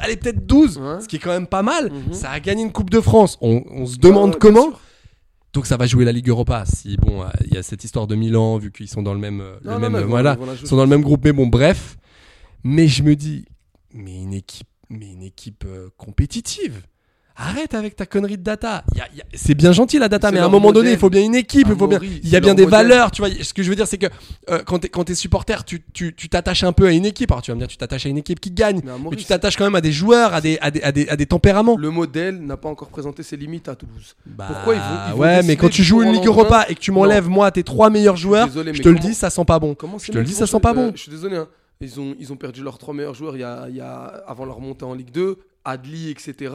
Speaker 8: allez peut-être 12
Speaker 9: Ouais.
Speaker 8: ce qui est quand même pas mal
Speaker 9: Mhm.
Speaker 8: ça a gagné une coupe de France on, on se
Speaker 9: Ouais,
Speaker 8: demande
Speaker 9: ouais, bien
Speaker 8: comment
Speaker 9: sûr.
Speaker 8: donc ça va jouer la Ligue Europa si bon euh, il y a cette histoire de Milan vu qu'ils sont dans le même euh, le
Speaker 9: Non, non,
Speaker 8: même
Speaker 9: non,
Speaker 8: euh,
Speaker 9: ils vont-
Speaker 8: voilà
Speaker 9: ils vont la jouer.
Speaker 8: sont dans le même groupe mais bon bref mais je me dis mais une équipe mais une équipe euh, compétitive Arrête avec ta connerie de data. Y a- y a- C'est bien gentil la data,
Speaker 9: C'est
Speaker 8: mais à un
Speaker 9: leur
Speaker 8: moment donné,
Speaker 9: modèle.
Speaker 8: il faut bien une équipe, il faut bien.
Speaker 9: Amaury,
Speaker 8: Il y a
Speaker 9: c'est
Speaker 8: bien
Speaker 9: leur
Speaker 8: des
Speaker 9: modèle.
Speaker 8: valeurs, tu vois. Ce que je veux dire, c'est que euh, quand t'es quand t'es supporter, tu tu- tu t'attaches un peu à une équipe. Alors tu vas me dire, tu t'attaches à une équipe qui gagne,
Speaker 9: Mais
Speaker 8: mais,
Speaker 9: Amaury,
Speaker 8: tu
Speaker 9: c'est-
Speaker 8: t'attaches quand même à des joueurs, à des à des à des, à des tempéraments.
Speaker 9: Le modèle n'a pas encore présenté ses limites à Toulouse.
Speaker 8: Bah,
Speaker 9: Pourquoi ils vont- ils vont
Speaker 8: Ouais,
Speaker 9: décider
Speaker 8: mais quand
Speaker 9: du
Speaker 8: tu joues
Speaker 9: jour
Speaker 8: une
Speaker 9: au
Speaker 8: Ligue
Speaker 9: lendemain
Speaker 8: Europa et que tu m'enlèves moi tes trois meilleurs joueurs,
Speaker 9: désolé,
Speaker 8: je
Speaker 9: mais
Speaker 8: te le
Speaker 9: comment-
Speaker 8: dis, ça sent pas bon.
Speaker 9: Comment
Speaker 8: Je
Speaker 9: ces
Speaker 8: te le
Speaker 9: mecs
Speaker 8: dis,
Speaker 9: vont
Speaker 8: ça sent
Speaker 9: changer-
Speaker 8: pas bon.
Speaker 9: Euh, Je suis désolé, hein. ils, ont, ils ont perdu leurs trois meilleurs joueurs il y a, il y a- avant leur montée en Ligue 2, Adli, etc.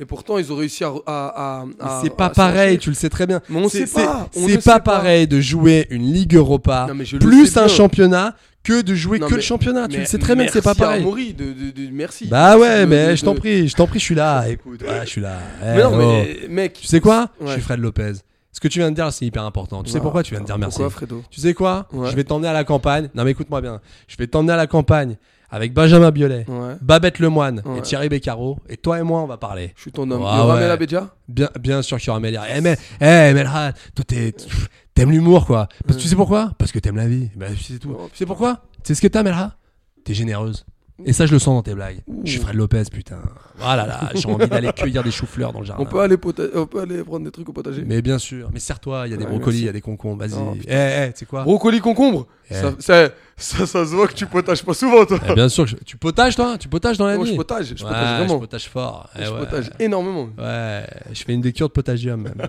Speaker 9: Et pourtant, ils ont réussi à. à, à-
Speaker 8: Mais
Speaker 9: à-
Speaker 8: c'est pas
Speaker 9: à se
Speaker 8: pareil,
Speaker 9: ranger.
Speaker 8: tu le sais très bien.
Speaker 9: ah, Mais on
Speaker 8: C'est-
Speaker 9: sait pas,
Speaker 8: c'est-
Speaker 9: on
Speaker 8: C'est
Speaker 9: ne
Speaker 8: pas
Speaker 9: sait pas.
Speaker 8: pareil de jouer une Ligue Europa
Speaker 9: Non, mais je le
Speaker 8: plus
Speaker 9: sais
Speaker 8: un
Speaker 9: bien.
Speaker 8: championnat que de jouer
Speaker 9: Non,
Speaker 8: que le
Speaker 9: mais-
Speaker 8: championnat. Tu
Speaker 9: Mais
Speaker 8: le sais très bien que c'est pas
Speaker 9: merci à
Speaker 8: pareil.
Speaker 9: Amaury de, de- de- merci.
Speaker 8: Bah ouais,
Speaker 9: De-
Speaker 8: mais
Speaker 9: de-
Speaker 8: je t'en
Speaker 9: de-
Speaker 8: prie, je t'en prie, je suis là. Écoute, ouais, je suis là. Eh,
Speaker 9: Mais non,
Speaker 8: oh.
Speaker 9: mais mec.
Speaker 8: Tu sais quoi Je
Speaker 9: Ouais.
Speaker 8: suis Fred Lopez. Ce que tu viens de dire, c'est hyper important. Tu sais
Speaker 9: Voilà.
Speaker 8: pourquoi tu viens de dire merci
Speaker 9: Pourquoi, Fredo
Speaker 8: Tu sais quoi
Speaker 9: Ouais.
Speaker 8: Je vais t'emmener à la campagne. Non, mais écoute-moi bien. Je vais t'emmener à la campagne avec Benjamin Biolay,
Speaker 9: Ouais.
Speaker 8: Babette Lemoine et
Speaker 9: Ouais.
Speaker 8: Thierry Beccaro. Et toi et moi, on va parler.
Speaker 9: Je suis ton homme.
Speaker 8: Ah
Speaker 9: Il y aura
Speaker 8: ouais.
Speaker 9: Mel Abedja
Speaker 8: Bien, bien sûr qu'il y aura Melia. Eh, Mel, eh, Melra, toi, t'es- pff, t'aimes l'humour, quoi. Parce
Speaker 9: Mm.
Speaker 8: que tu sais pourquoi Parce que t'aimes la vie. Bah, c'est tout.
Speaker 9: Oh,
Speaker 8: Tu sais pourquoi C'est ce que t'as, Melra T'es généreuse. Et ça, je le sens dans tes blagues. Je suis Fred Lopez, putain. Voilà, là, j'ai envie d'aller cueillir des choux-fleurs dans le jardin.
Speaker 9: on peut, aller pota- on peut aller prendre des trucs au potager.
Speaker 8: Mais bien sûr. Mais serre-toi, il y a des
Speaker 9: Ouais,
Speaker 8: brocolis, il
Speaker 9: merci.
Speaker 8: y a des concombres, vas-y.
Speaker 9: Oh,
Speaker 8: eh, eh, tu sais quoi
Speaker 9: Brocoli concombre
Speaker 8: Eh.
Speaker 9: ça, ça, ça, ça se voit que tu potages pas souvent, toi.
Speaker 8: Eh, Bien sûr, que je- tu potages, toi Tu potages dans la
Speaker 9: Moi,
Speaker 8: vie
Speaker 9: je potage. Je
Speaker 8: Ah, Ouais,
Speaker 9: potage
Speaker 8: je
Speaker 9: vraiment.
Speaker 8: potage fort. Eh
Speaker 9: Je
Speaker 8: ouais.
Speaker 9: potage énormément.
Speaker 8: Ouais, je fais une décure de potagium, même.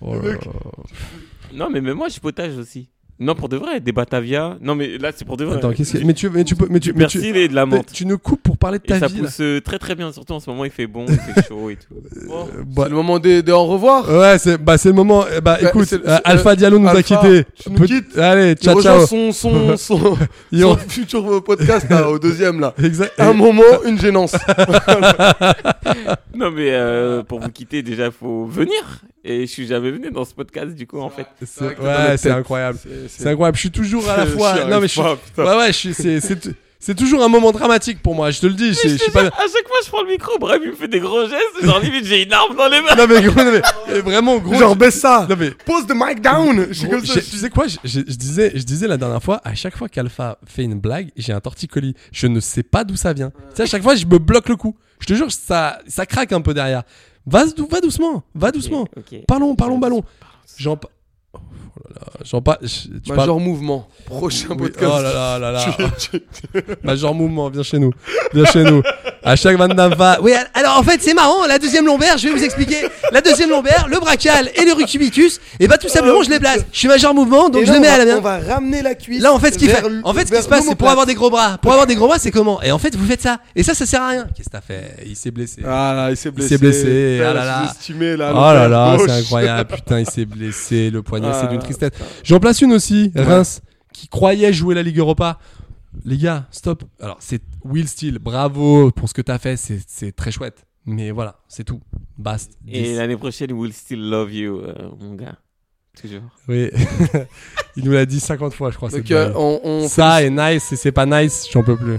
Speaker 8: Oh là là.
Speaker 6: Non, mais, mais moi, je potage aussi. Non, pour de vrai, des Batavia. Non, mais là, c'est pour de vrai.
Speaker 8: Attends, qu'est-ce que. Mais tu, mais tu peux. Mais tu, mais tu-
Speaker 6: Merci, les de la menthe.
Speaker 8: Mais tu nous coupes pour parler de
Speaker 6: Et
Speaker 8: ta
Speaker 6: ça
Speaker 8: vie.
Speaker 6: pousse euh, très très bien, surtout en ce moment, il fait bon, il fait chaud et tout. Bon.
Speaker 8: là. Euh, bah,
Speaker 9: C'est le moment des, des au revoir.
Speaker 8: ouais, c'est bah, c'est le moment. euh, Bah,
Speaker 9: Bah,
Speaker 8: écoute,
Speaker 9: c'est- c'est-
Speaker 8: euh, Alpha Diallo nous
Speaker 9: Alpha,
Speaker 8: a quittés.
Speaker 9: tu nous
Speaker 8: Peut-
Speaker 9: quittes.
Speaker 8: Allez,
Speaker 9: Il
Speaker 8: ciao, ciao.
Speaker 9: rejoint son, son, son,
Speaker 8: Ils
Speaker 9: son
Speaker 8: ont-
Speaker 9: futur podcast là, au deuxième là.
Speaker 8: Exact. eh,
Speaker 9: Un moment, une gênance.
Speaker 6: Non, mais euh, pour vous quitter, déjà, faut venir. Et je suis jamais venu dans ce podcast, du coup, en fait.
Speaker 8: C'est- Ouais, c'est incroyable. C'est incroyable. Je suis toujours à la
Speaker 9: Je
Speaker 8: fois.
Speaker 9: suis
Speaker 8: Non, mais je suis.
Speaker 9: pas, putain.
Speaker 8: Ouais, ouais, je suis. c'est- c'est- C'est toujours un moment dramatique pour moi. Je te le dis. je- Je
Speaker 6: Je te
Speaker 8: suis pas.
Speaker 6: jure, à chaque fois, je prends le micro, bref, il me fait des gros gestes, genre limite, j'ai une arme dans les mains.
Speaker 8: Non mais, gros, non, mais- vraiment gros.
Speaker 2: Genre, baisse ça.
Speaker 8: Non mais
Speaker 2: Pose the mic down. Je suis
Speaker 8: Gros,
Speaker 2: comme ça.
Speaker 8: j'ai- tu sais quoi je, je- je disais, je disais la dernière fois, à chaque fois qu'Alpha fait une blague, j'ai un torticolis. Je ne sais pas d'où ça vient. Tu sais, à chaque fois, je me bloque le cou. Je te jure, ça, ça craque un peu derrière. Va, dou- va doucement, va doucement.
Speaker 6: Ok.
Speaker 8: Parlons, parlons ballon. J'en pa- Oh là là, j'en pa- je- tu parles-
Speaker 9: Major mouvement. Prochain
Speaker 8: Oui,
Speaker 9: podcast.
Speaker 8: Oh là là là là. Major Mouvement, viens chez nous. Viens chez nous. À chaque 29 va. Oui, al- alors en fait, c'est marrant. La deuxième lombaire, je vais vous explicuber. La deuxième lombaire, le brachial et le rucubitus. Et bah, tout simplement, je les place. Je suis Major Mouvement, donc
Speaker 2: Et
Speaker 8: je
Speaker 2: là,
Speaker 8: les
Speaker 2: on
Speaker 8: mets
Speaker 2: va-
Speaker 8: à la
Speaker 2: On
Speaker 8: main.
Speaker 2: va ramener la cuisse.
Speaker 8: Là, en fait, ce qui,
Speaker 2: vers
Speaker 8: fait-
Speaker 2: l-
Speaker 8: en fait, ce
Speaker 2: vers
Speaker 8: qui se passe, c'est pour
Speaker 2: l'omoplate.
Speaker 8: avoir des gros bras. Pour avoir des gros bras, c'est comment Et en fait, vous faites ça. Et ça, ça sert à rien. Qu'est-ce que t'as fait Il s'est blessé.
Speaker 2: Ah là, il s'est blessé.
Speaker 8: s'est blessé,
Speaker 2: Putain,
Speaker 8: ah là là.
Speaker 2: sous-estimé, là.
Speaker 8: Oh
Speaker 2: le
Speaker 8: là
Speaker 2: père
Speaker 8: là,
Speaker 2: gauche.
Speaker 8: c'est incroyable. Putain, il s'est blessé. Le poignet,
Speaker 9: Ah
Speaker 8: c'est
Speaker 9: là
Speaker 8: d'une
Speaker 9: là,
Speaker 8: tristesse. J'en place une aussi. Reims, qui croyait jouer la Ligue Europa. Les gars, stop. Alors, c'est Will Steele. Bravo pour ce que t'as fait. C'est c'est très chouette. Mais voilà, c'est tout. Bast.
Speaker 6: Et
Speaker 8: Dix.
Speaker 6: l'année prochaine, we'll still love you, euh, mon gars. Toujours.
Speaker 8: Oui. il nous l'a dit 50 fois, je crois.
Speaker 9: Donc
Speaker 8: cette
Speaker 9: euh,
Speaker 8: blague.
Speaker 9: on, on
Speaker 8: Ça
Speaker 9: félicite-
Speaker 8: est nice. Et c'est pas nice, j'en peux plus.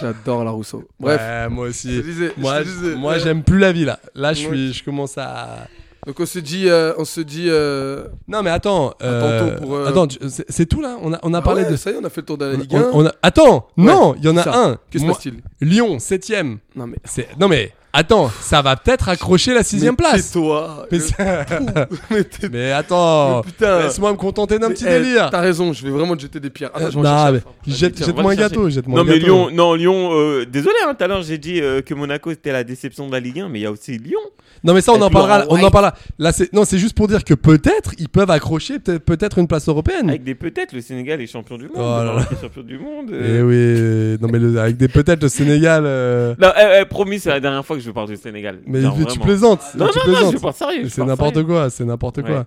Speaker 9: J'adore la Rousseau. Bref.
Speaker 8: Ouais, moi
Speaker 9: Je
Speaker 8: aussi.
Speaker 9: te disais, je
Speaker 8: Moi,
Speaker 9: te disais. euh,
Speaker 8: moi, j'aime plus la vie là. Là, je suis, je commence à.
Speaker 9: Donc on se dit, euh, on se dit. euh,
Speaker 8: Non, mais attends. euh,
Speaker 9: tantôt pour, euh,
Speaker 8: Attends, tu- c'est c'est tout là. On a, on a
Speaker 9: ah
Speaker 8: parlé
Speaker 9: ouais,
Speaker 8: de.
Speaker 9: ça y est, on a fait le tour de la
Speaker 8: on-
Speaker 9: Ligue 1.
Speaker 8: on- on a- Attends, non, il y en a
Speaker 9: ça.
Speaker 8: un.
Speaker 9: Que se
Speaker 8: Moi-
Speaker 9: passe-t-il
Speaker 8: Lyon, septième.
Speaker 9: Non mais.
Speaker 8: C'est- Non mais attends, ça va peut-être accrocher la sixième place.
Speaker 9: Tais-toi.
Speaker 8: Mais,
Speaker 9: Le-
Speaker 8: c'est-
Speaker 9: Mais tais-
Speaker 8: mais attends,
Speaker 9: Mais putain.
Speaker 8: laisse-moi me contenter d'un
Speaker 9: mais,
Speaker 8: petit
Speaker 9: eh,
Speaker 8: délire.
Speaker 9: T'as raison, je vais vraiment te jeter des pierres. Attends, je
Speaker 8: Euh,
Speaker 9: vais en
Speaker 8: non,
Speaker 9: chercher
Speaker 8: mais
Speaker 9: un.
Speaker 8: jette,
Speaker 6: Tiens,
Speaker 8: jette
Speaker 6: on va
Speaker 8: moi un
Speaker 6: le chercher.
Speaker 8: gâteau, jette moi
Speaker 6: Non
Speaker 8: un
Speaker 6: mais
Speaker 8: gâteau.
Speaker 6: Lyon, non Lyon, euh, désolé hein, tout à l'heure j'ai dit euh, que Monaco c'était la déception de la Ligue 1, mais il y a aussi Lyon.
Speaker 8: Non mais ça on en
Speaker 6: Avec
Speaker 8: parlera,
Speaker 6: Laurent
Speaker 8: on en
Speaker 6: White.
Speaker 8: parlera. Là c'est non, c'est juste pour dire que peut-être ils peuvent accrocher peut- peut-être une place européenne.
Speaker 6: Avec des peut-être, le Sénégal est champion du monde,
Speaker 8: Hmm. Oh là
Speaker 6: le
Speaker 8: là.
Speaker 6: Maroc est champion du monde.
Speaker 8: Eh
Speaker 6: euh.
Speaker 8: oui, non mais le- avec des peut-être le Sénégal. euh,
Speaker 6: Non, eh, eh, promis, c'est la dernière fois que je parle du Sénégal.
Speaker 8: Mais
Speaker 6: Genre,
Speaker 8: tu
Speaker 6: vraiment.
Speaker 8: plaisantes,
Speaker 6: Non,
Speaker 8: tu
Speaker 6: non, non,
Speaker 8: plaisantes.
Speaker 6: je parle sérieux. je
Speaker 8: c'est
Speaker 6: parle
Speaker 8: n'importe
Speaker 6: sérieux.
Speaker 8: quoi, c'est n'importe quoi.
Speaker 6: Ouais.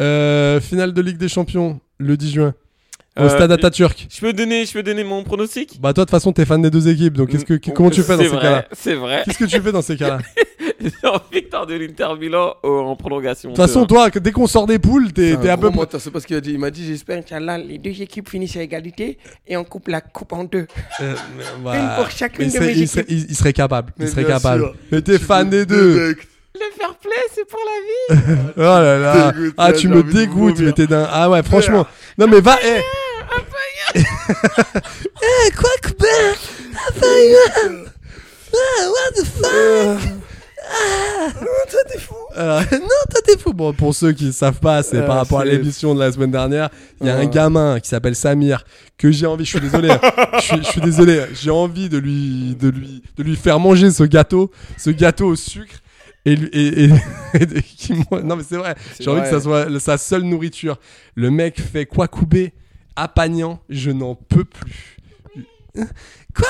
Speaker 8: Euh, finale de Ligue des Champions le 10 juin au
Speaker 6: Euh,
Speaker 8: stade Atatürk.
Speaker 6: Je peux donner, je peux donner mon pronostic.
Speaker 8: Bah toi de toute façon t'es fan des deux équipes donc qu'est-ce que qu- comment tu fais dans
Speaker 6: Mm, C'est
Speaker 8: ces
Speaker 6: vrai,
Speaker 8: cas-là
Speaker 6: C'est vrai.
Speaker 8: Qu'est-ce que tu fais dans ces cas-là De
Speaker 6: Genre, victoire de l'Inter Milan euh, en prolongation.
Speaker 8: toute façon toi que- dès qu'on sort des poules t'es
Speaker 9: Un
Speaker 8: t'es à
Speaker 9: gros
Speaker 8: peu près
Speaker 9: menteur, C'est parce qu'il a dit. Il m'a dit, j'espère.
Speaker 4: Inch'Allah, les deux équipes finissent à égalité et on coupe la coupe en deux.
Speaker 8: Euh, bah,
Speaker 4: Une pour chacune
Speaker 8: il
Speaker 4: de
Speaker 8: serait-
Speaker 4: mes
Speaker 8: il serait-
Speaker 4: équipes.
Speaker 8: il- il serait capable, il
Speaker 2: Mais
Speaker 8: serait
Speaker 2: bien
Speaker 8: capable.
Speaker 2: sûr.
Speaker 8: Mais t'es fan des deux.
Speaker 2: Mec,
Speaker 6: Le fair play, c'est pour la vie.
Speaker 8: Oh là là.
Speaker 2: Dégoûté,
Speaker 8: Ah tu
Speaker 2: j'ai
Speaker 8: me
Speaker 2: envie de
Speaker 8: dégoûtes,
Speaker 2: vomir.
Speaker 8: mais t'es d'un. Ah ouais franchement. Non mais va. eh. Eh, quoi que ben. Ah. Alors, non, toi t'es fou. Bon, pour ceux qui ne savent pas, c'est
Speaker 9: Euh,
Speaker 8: par rapport à
Speaker 9: c'est-
Speaker 8: l'émission de la semaine dernière. Il y a
Speaker 9: Ouais.
Speaker 8: un gamin qui s'appelle Samir que j'ai envie. Je suis désolé. hein. je, suis, je suis désolé. J'ai envie de lui, de lui, de lui faire manger ce gâteau, ce gâteau au sucre. Et, lui, et, et- et qui moi- non mais c'est vrai. J'ai envie que
Speaker 9: vrai.
Speaker 8: ça soit le- sa seule nourriture. Le mec fait quoi couper à Pagnan. Je n'en peux plus. Quoi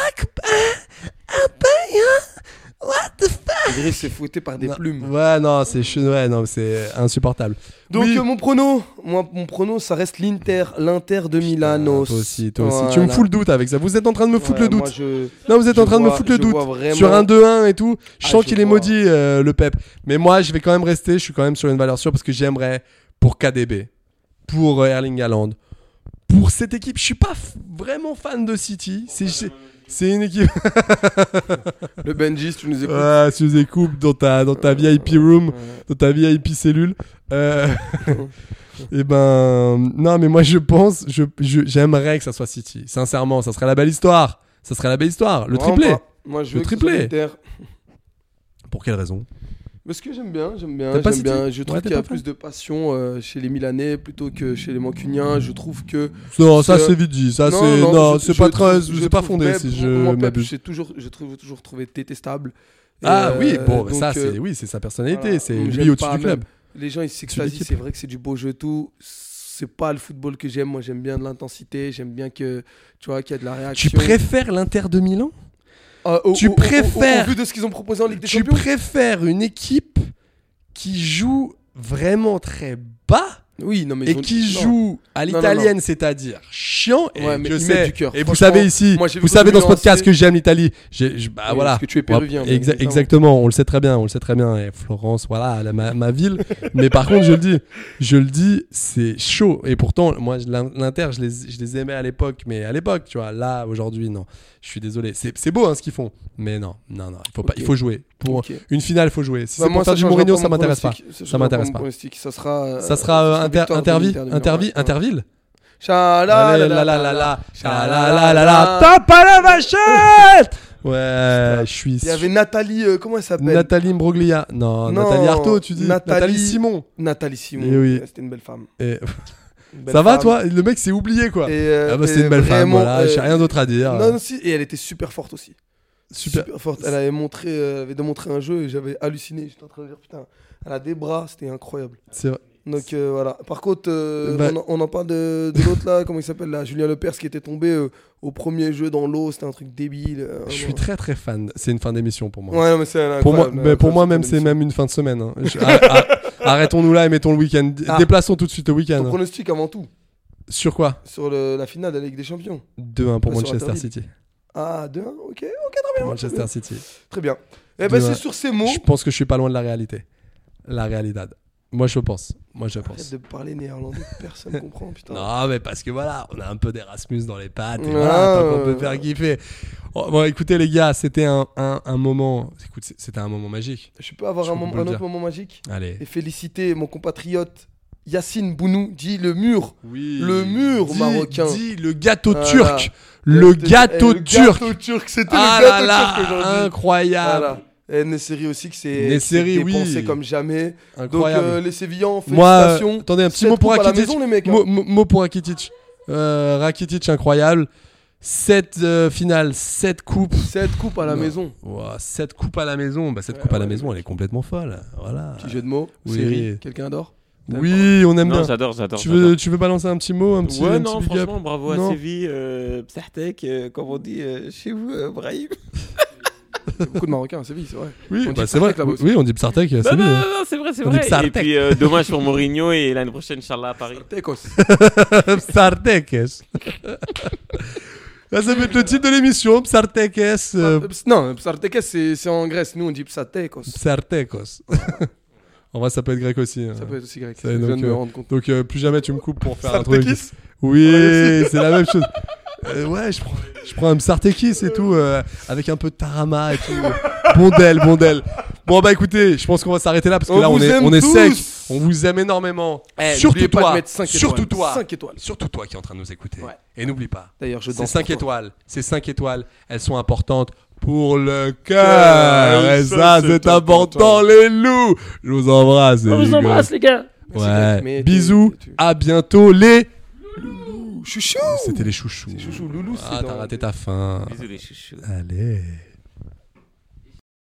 Speaker 8: What the
Speaker 9: Idriss s'est fouetté par des
Speaker 8: Non.
Speaker 9: plumes.
Speaker 8: Ouais, non, c'est ch- ouais, non, c'est insupportable.
Speaker 9: Donc
Speaker 8: Oui.
Speaker 9: euh, mon prono, moi mon prono ça reste l'Inter, l'Inter de Milano.
Speaker 8: Ah, Toi aussi, toi aussi. Tu me fous le doute avec ça. Vous êtes en train de me foutre le doute.
Speaker 9: je...
Speaker 8: Non, vous êtes
Speaker 9: je
Speaker 8: en train de me
Speaker 9: vois-
Speaker 8: foutre le
Speaker 9: je
Speaker 8: doute.
Speaker 9: vois vraiment-
Speaker 8: Sur un 2-1 et tout, je
Speaker 9: Ah,
Speaker 8: sens
Speaker 9: je
Speaker 8: qu'il est
Speaker 9: vois.
Speaker 8: maudit, euh, le Pep. Mais moi, je vais quand même rester. Je suis quand même sur une valeur sûre parce que j'aimerais pour KDB, pour euh, Erling Haaland, pour cette équipe. Je suis pas f- vraiment fan de City. C'est c'est- c'est une équipe.
Speaker 9: Le Benji, si tu nous écoutes.
Speaker 8: Ah, tu les coupes dans ta, dans ta VIP room, dans ta VIP cellule. Euh, et ben, non, mais moi je pense, je- je- j'aimerais que ça soit City. Sincèrement, ça serait la belle histoire. Ça serait la belle histoire. Le
Speaker 9: Vraiment
Speaker 8: triplé.
Speaker 9: pas. Moi je
Speaker 8: Le
Speaker 9: veux que ce soit
Speaker 8: triplé.
Speaker 9: l'Inter.
Speaker 8: Pour quelle raison
Speaker 9: Parce que j'aime bien, j'aime bien,
Speaker 8: T'as pas
Speaker 9: j'aime
Speaker 8: cité
Speaker 9: bien. Je
Speaker 8: Ouais,
Speaker 9: trouve
Speaker 8: t'es
Speaker 9: qu'il y a
Speaker 8: pas Mmh.
Speaker 9: plus de passion euh, chez les Milanais plutôt que chez les Mancuniens. Je trouve que
Speaker 8: Non,
Speaker 9: Parce
Speaker 8: ça
Speaker 9: que-
Speaker 8: c'est vite dit. Ça c'est non,
Speaker 9: je-
Speaker 8: c'est
Speaker 9: je
Speaker 8: pas
Speaker 9: trouve-
Speaker 8: très,
Speaker 9: je
Speaker 8: c'est pas
Speaker 9: trouve
Speaker 8: fondé
Speaker 9: Pep-
Speaker 8: si
Speaker 9: moi,
Speaker 8: je
Speaker 9: Pep,
Speaker 8: m'abuse.
Speaker 9: j'ai toujours, je trouve toujours trouvé détestable. Et,
Speaker 8: Ah oui,
Speaker 9: euh,
Speaker 8: bon, bah,
Speaker 9: donc,
Speaker 8: ça c'est
Speaker 9: euh,
Speaker 8: oui, c'est sa personnalité,
Speaker 9: voilà.
Speaker 8: c'est
Speaker 9: Donc,
Speaker 8: lui
Speaker 9: j'aime
Speaker 8: au-dessus
Speaker 9: pas,
Speaker 8: du club.
Speaker 9: Les gens ils s'extasient,
Speaker 8: l'équipe.
Speaker 9: c'est vrai que c'est du beau jeu tout. C'est pas le football que j'aime. Moi j'aime bien de l'intensité, j'aime bien que tu vois qu'il y a de la réaction.
Speaker 8: Tu préfères l'Inter de Milan
Speaker 9: Euh, au-
Speaker 8: tu
Speaker 9: au- au- au-
Speaker 8: préfères-
Speaker 9: au vu de ce qu'ils ont proposé en Ligue des
Speaker 8: Tu
Speaker 9: Champions.
Speaker 8: préfères une équipe qui joue vraiment très bas
Speaker 9: Oui, non mais ils
Speaker 8: et
Speaker 9: ont-
Speaker 8: qui
Speaker 9: non.
Speaker 8: joue à
Speaker 9: non,
Speaker 8: l'italienne, c'est-à-dire chiant. Et
Speaker 9: Ouais, mais
Speaker 8: je
Speaker 9: ils
Speaker 8: sais.
Speaker 9: mettent du cœur.
Speaker 8: Et vous
Speaker 9: Franchement,
Speaker 8: savez ici,
Speaker 9: moi, j'ai vu
Speaker 8: vous
Speaker 9: contre
Speaker 8: savez dans ce
Speaker 9: Milan,
Speaker 8: podcast
Speaker 9: c'était-
Speaker 8: que j'aime l'Italie. J'ai- je- bah
Speaker 9: Oui,
Speaker 8: voilà.
Speaker 9: parce que tu es
Speaker 8: On va-
Speaker 9: péruvien,
Speaker 8: exa-
Speaker 9: bien évidemment.
Speaker 8: exactement, on le sait très bien, on le sait très bien. Et Florence, voilà, la- ma, ma ville. mais par contre, je le dis, je le dis, c'est chaud. Et pourtant, moi, je- l'in- l'Inter, je les, je les aimais à l'époque, mais à l'époque, tu vois, là, aujourd'hui, non. Je suis désolé. C'est c'est beau hein, ce qu'ils font, mais non, non, non, il faut pas,
Speaker 9: Ok.
Speaker 8: il faut jouer. Pour
Speaker 9: Ok.
Speaker 8: une finale, il faut jouer. Si
Speaker 9: Bah,
Speaker 8: c'est
Speaker 9: moi,
Speaker 8: pour faire du
Speaker 9: changera
Speaker 8: Mourinho,
Speaker 9: pas
Speaker 8: ça
Speaker 9: mon
Speaker 8: m'intéresse pas.
Speaker 9: pronostic.
Speaker 8: Ça m'intéresse
Speaker 9: changera
Speaker 8: pas.
Speaker 9: mon pronostic. Ça sera. euh,
Speaker 8: Ça sera euh,
Speaker 9: victoire
Speaker 8: inter,
Speaker 9: de
Speaker 8: intervi,
Speaker 9: l'Inter de Milan,
Speaker 8: intervi,
Speaker 9: ouais.
Speaker 8: interville.
Speaker 9: Chalala,
Speaker 8: Allez, la la la la, la la la la, tape à la vachette Ouais, je suis.
Speaker 9: Il y avait Nathalie, euh, comment elle s'appelle
Speaker 8: Nathalie Mbroglia. Non,
Speaker 9: Non,
Speaker 8: Nathalie Artaud, tu dis. Nathalie,
Speaker 9: Nathalie-
Speaker 8: Simon.
Speaker 9: Nathalie Simon. Euh,
Speaker 8: Eh oui.
Speaker 9: C'était une belle femme.
Speaker 8: Et-
Speaker 9: Une belle
Speaker 8: Ça va,
Speaker 9: femme.
Speaker 8: toi Le mec s'est oublié, quoi.
Speaker 9: Et, euh,
Speaker 8: ah bah,
Speaker 9: et
Speaker 8: c'est une belle femme,
Speaker 9: vraiment,
Speaker 8: voilà,
Speaker 9: euh,
Speaker 8: j'ai rien d'autre à dire.
Speaker 9: Non, non, si, et elle était super forte aussi.
Speaker 8: Super.
Speaker 9: forte. Elle avait montré, euh, elle avait démontré un jeu et j'avais halluciné. J'étais en train de dire putain, elle a des bras, c'était incroyable.
Speaker 8: C'est vrai.
Speaker 9: Donc euh, voilà. Par contre, euh,
Speaker 8: Bah-
Speaker 9: on, en- on en parle de, de l'autre là, comment il s'appelle là, Julien Lepers qui était tombé euh, au premier jeu dans l'eau, c'était un truc débile. euh,
Speaker 8: Je suis
Speaker 9: vraiment.
Speaker 8: très très fan. C'est une fin d'émission pour moi.
Speaker 9: Ouais, non, mais c'est
Speaker 8: Pour moi,
Speaker 9: incroyable,
Speaker 8: mais pour
Speaker 9: incroyable,
Speaker 8: moi
Speaker 9: cette
Speaker 8: même, c'est
Speaker 9: émission.
Speaker 8: même une fin de semaine. hein. Je- ar- ar- Arrêtons-nous là et mettons le week-end.
Speaker 9: Ah.
Speaker 8: Déplaçons tout de suite le
Speaker 9: Ton
Speaker 8: week-end.
Speaker 9: pronostic avant tout
Speaker 8: Sur quoi
Speaker 9: sur le- la finale de la Ligue des Champions.
Speaker 8: 2-1 pour
Speaker 9: Pas Bah, sur
Speaker 8: Manchester
Speaker 9: Interville.
Speaker 8: City.
Speaker 9: Ah, 2 ok,
Speaker 8: Pour Manchester City.
Speaker 9: très bien. Eh
Speaker 8: Deux,
Speaker 9: ben,
Speaker 8: un.
Speaker 9: c'est sur ces mots.
Speaker 8: Je pense que je suis pas loin de la réalité. La réalité. Moi, je pense. Moi, je pense.
Speaker 9: Arrête de parler néerlandais, personne comprend, putain.
Speaker 8: Non, mais parce que voilà, on a un peu d'Erasmus dans les pattes. Et
Speaker 9: Ouais.
Speaker 8: voilà, tant qu'on peut faire kiffer. Oh, bon, écoutez, les gars, c'était un, un, un moment. écoute, c'est- c'était un moment magique.
Speaker 9: Je peux avoir
Speaker 8: Je
Speaker 9: un,
Speaker 8: peux
Speaker 9: moment-
Speaker 8: pas le
Speaker 9: un autre
Speaker 8: dire.
Speaker 9: moment magique
Speaker 8: Allez.
Speaker 9: et féliciter mon compatriote Yacine Bounou, dit le mur.
Speaker 8: Oui.
Speaker 9: Le mur
Speaker 8: Dis-
Speaker 9: marocain.
Speaker 8: dis le gâteau
Speaker 9: Voilà.
Speaker 8: turc. Le
Speaker 9: Ah Eh,
Speaker 8: gâteau
Speaker 9: le
Speaker 8: turc.
Speaker 9: gâteau turc, c'était
Speaker 8: ah
Speaker 9: le
Speaker 8: là
Speaker 9: gâteau
Speaker 8: là,
Speaker 9: turc aujourd'hui.
Speaker 8: incroyable.
Speaker 9: Voilà. Et Nesseri aussi qui s'est qui s'est
Speaker 8: Nesseri, oui.
Speaker 9: dépensé comme jamais.
Speaker 8: Incroyable.
Speaker 9: Donc euh, les Sévillans,
Speaker 8: Moi, euh,
Speaker 9: félicitations.
Speaker 8: attendez, un petit
Speaker 9: Sept
Speaker 8: mot pour
Speaker 9: coupes à la
Speaker 8: Rakitic.
Speaker 9: maison, les mecs. hein.
Speaker 8: Mo- mo- Mot pour Rakitic. Euh, Rakitic, incroyable. 7 finales, 7 coupes.
Speaker 9: hein. Sept coupes à la
Speaker 8: Non.
Speaker 9: maison.
Speaker 8: 7 coupes à la maison. Bah, 7
Speaker 9: Ouais,
Speaker 8: coupes à la
Speaker 9: ouais,
Speaker 8: maison, elle est complètement folle. Voilà.
Speaker 9: Petit jeu de mots.
Speaker 8: Oui.
Speaker 9: Série. Quelqu'un dort
Speaker 8: Oui, on aime
Speaker 6: Non,
Speaker 8: bien.
Speaker 6: j'adore, j'adore.
Speaker 8: Tu
Speaker 6: j'adore.
Speaker 8: veux, tu veux balancer un petit mot, un petit,
Speaker 6: Ouais,
Speaker 8: un
Speaker 6: non,
Speaker 8: petit big up
Speaker 6: franchement, bravo à
Speaker 8: Non.
Speaker 6: Séville, euh, Psartek, euh, comme on dit euh, chez vous, euh, Brahim.
Speaker 9: Beaucoup de Marocains à Séville, c'est vrai.
Speaker 8: Oui,
Speaker 9: On
Speaker 8: bah,
Speaker 9: dit
Speaker 8: c'est vrai.
Speaker 9: Psartek, là-bas aussi.
Speaker 8: Oui, on dit Psartek. c'est
Speaker 6: Non, non,
Speaker 8: bien.
Speaker 6: non, non, c'est vrai, c'est
Speaker 8: On dit
Speaker 6: vrai. Et
Speaker 8: Psartek.
Speaker 6: puis, euh, dommage pour Mourinho et l'année prochaine, Inch'Allah, à Paris.
Speaker 9: Tecos.
Speaker 8: Psartekes. Là, ça peut être le titre de l'émission. Psartekes. euh,
Speaker 9: Euh, ps- Non, Psartekes, c'est c'est en Grèce. Nous, on dit Psartekos. Ça
Speaker 8: Psartekos. En vrai, ça peut être grec aussi. hein.
Speaker 9: peut être aussi grec.
Speaker 8: Ça,
Speaker 9: Je viens
Speaker 8: donc,
Speaker 9: de me
Speaker 8: euh,
Speaker 9: rendre compte.
Speaker 8: Donc euh, plus jamais tu me coupes pour faire un truc.
Speaker 9: Psartekis
Speaker 8: Oui,
Speaker 9: Ouais,
Speaker 8: c'est la même chose. Euh, ouais, je prends, je prends un Psartekis et tout, euh, avec un peu de tarama et tout. Bondel, bondel. Bon bah écoutez, je pense qu'on va s'arrêter là parce que
Speaker 9: On
Speaker 8: là on
Speaker 9: vous
Speaker 8: est,
Speaker 9: aime
Speaker 8: on est
Speaker 9: tous.
Speaker 8: sec. On vous aime énormément.
Speaker 9: Eh,
Speaker 8: surtout
Speaker 9: n'oubliez pas de
Speaker 8: toi,
Speaker 9: mettre cinq étoiles.
Speaker 8: surtout toi,
Speaker 9: Cinq étoiles.
Speaker 8: surtout toi qui est en train de nous écouter.
Speaker 9: Ouais.
Speaker 8: Et n'oublie pas,
Speaker 9: D'ailleurs, je
Speaker 8: ces
Speaker 9: danse.
Speaker 8: 5
Speaker 9: pour toi.
Speaker 8: étoiles, ces 5 étoiles, elles sont importantes pour le cœur. Et ça, c'est important, les loups. Je vous embrasse. les
Speaker 10: On vous
Speaker 8: gars.
Speaker 10: embrasse, les gars.
Speaker 9: Merci, Greg, mais
Speaker 8: Ouais.
Speaker 9: tu-
Speaker 8: Bisous.
Speaker 9: tu-
Speaker 8: À bientôt, les.
Speaker 9: Chouchou
Speaker 8: C'était les chouchous.
Speaker 9: Chouchou, loulou, c'est
Speaker 8: Ah,
Speaker 9: dans-
Speaker 8: t'as raté ta fin.
Speaker 6: Bisous les chouchous.
Speaker 8: Allez.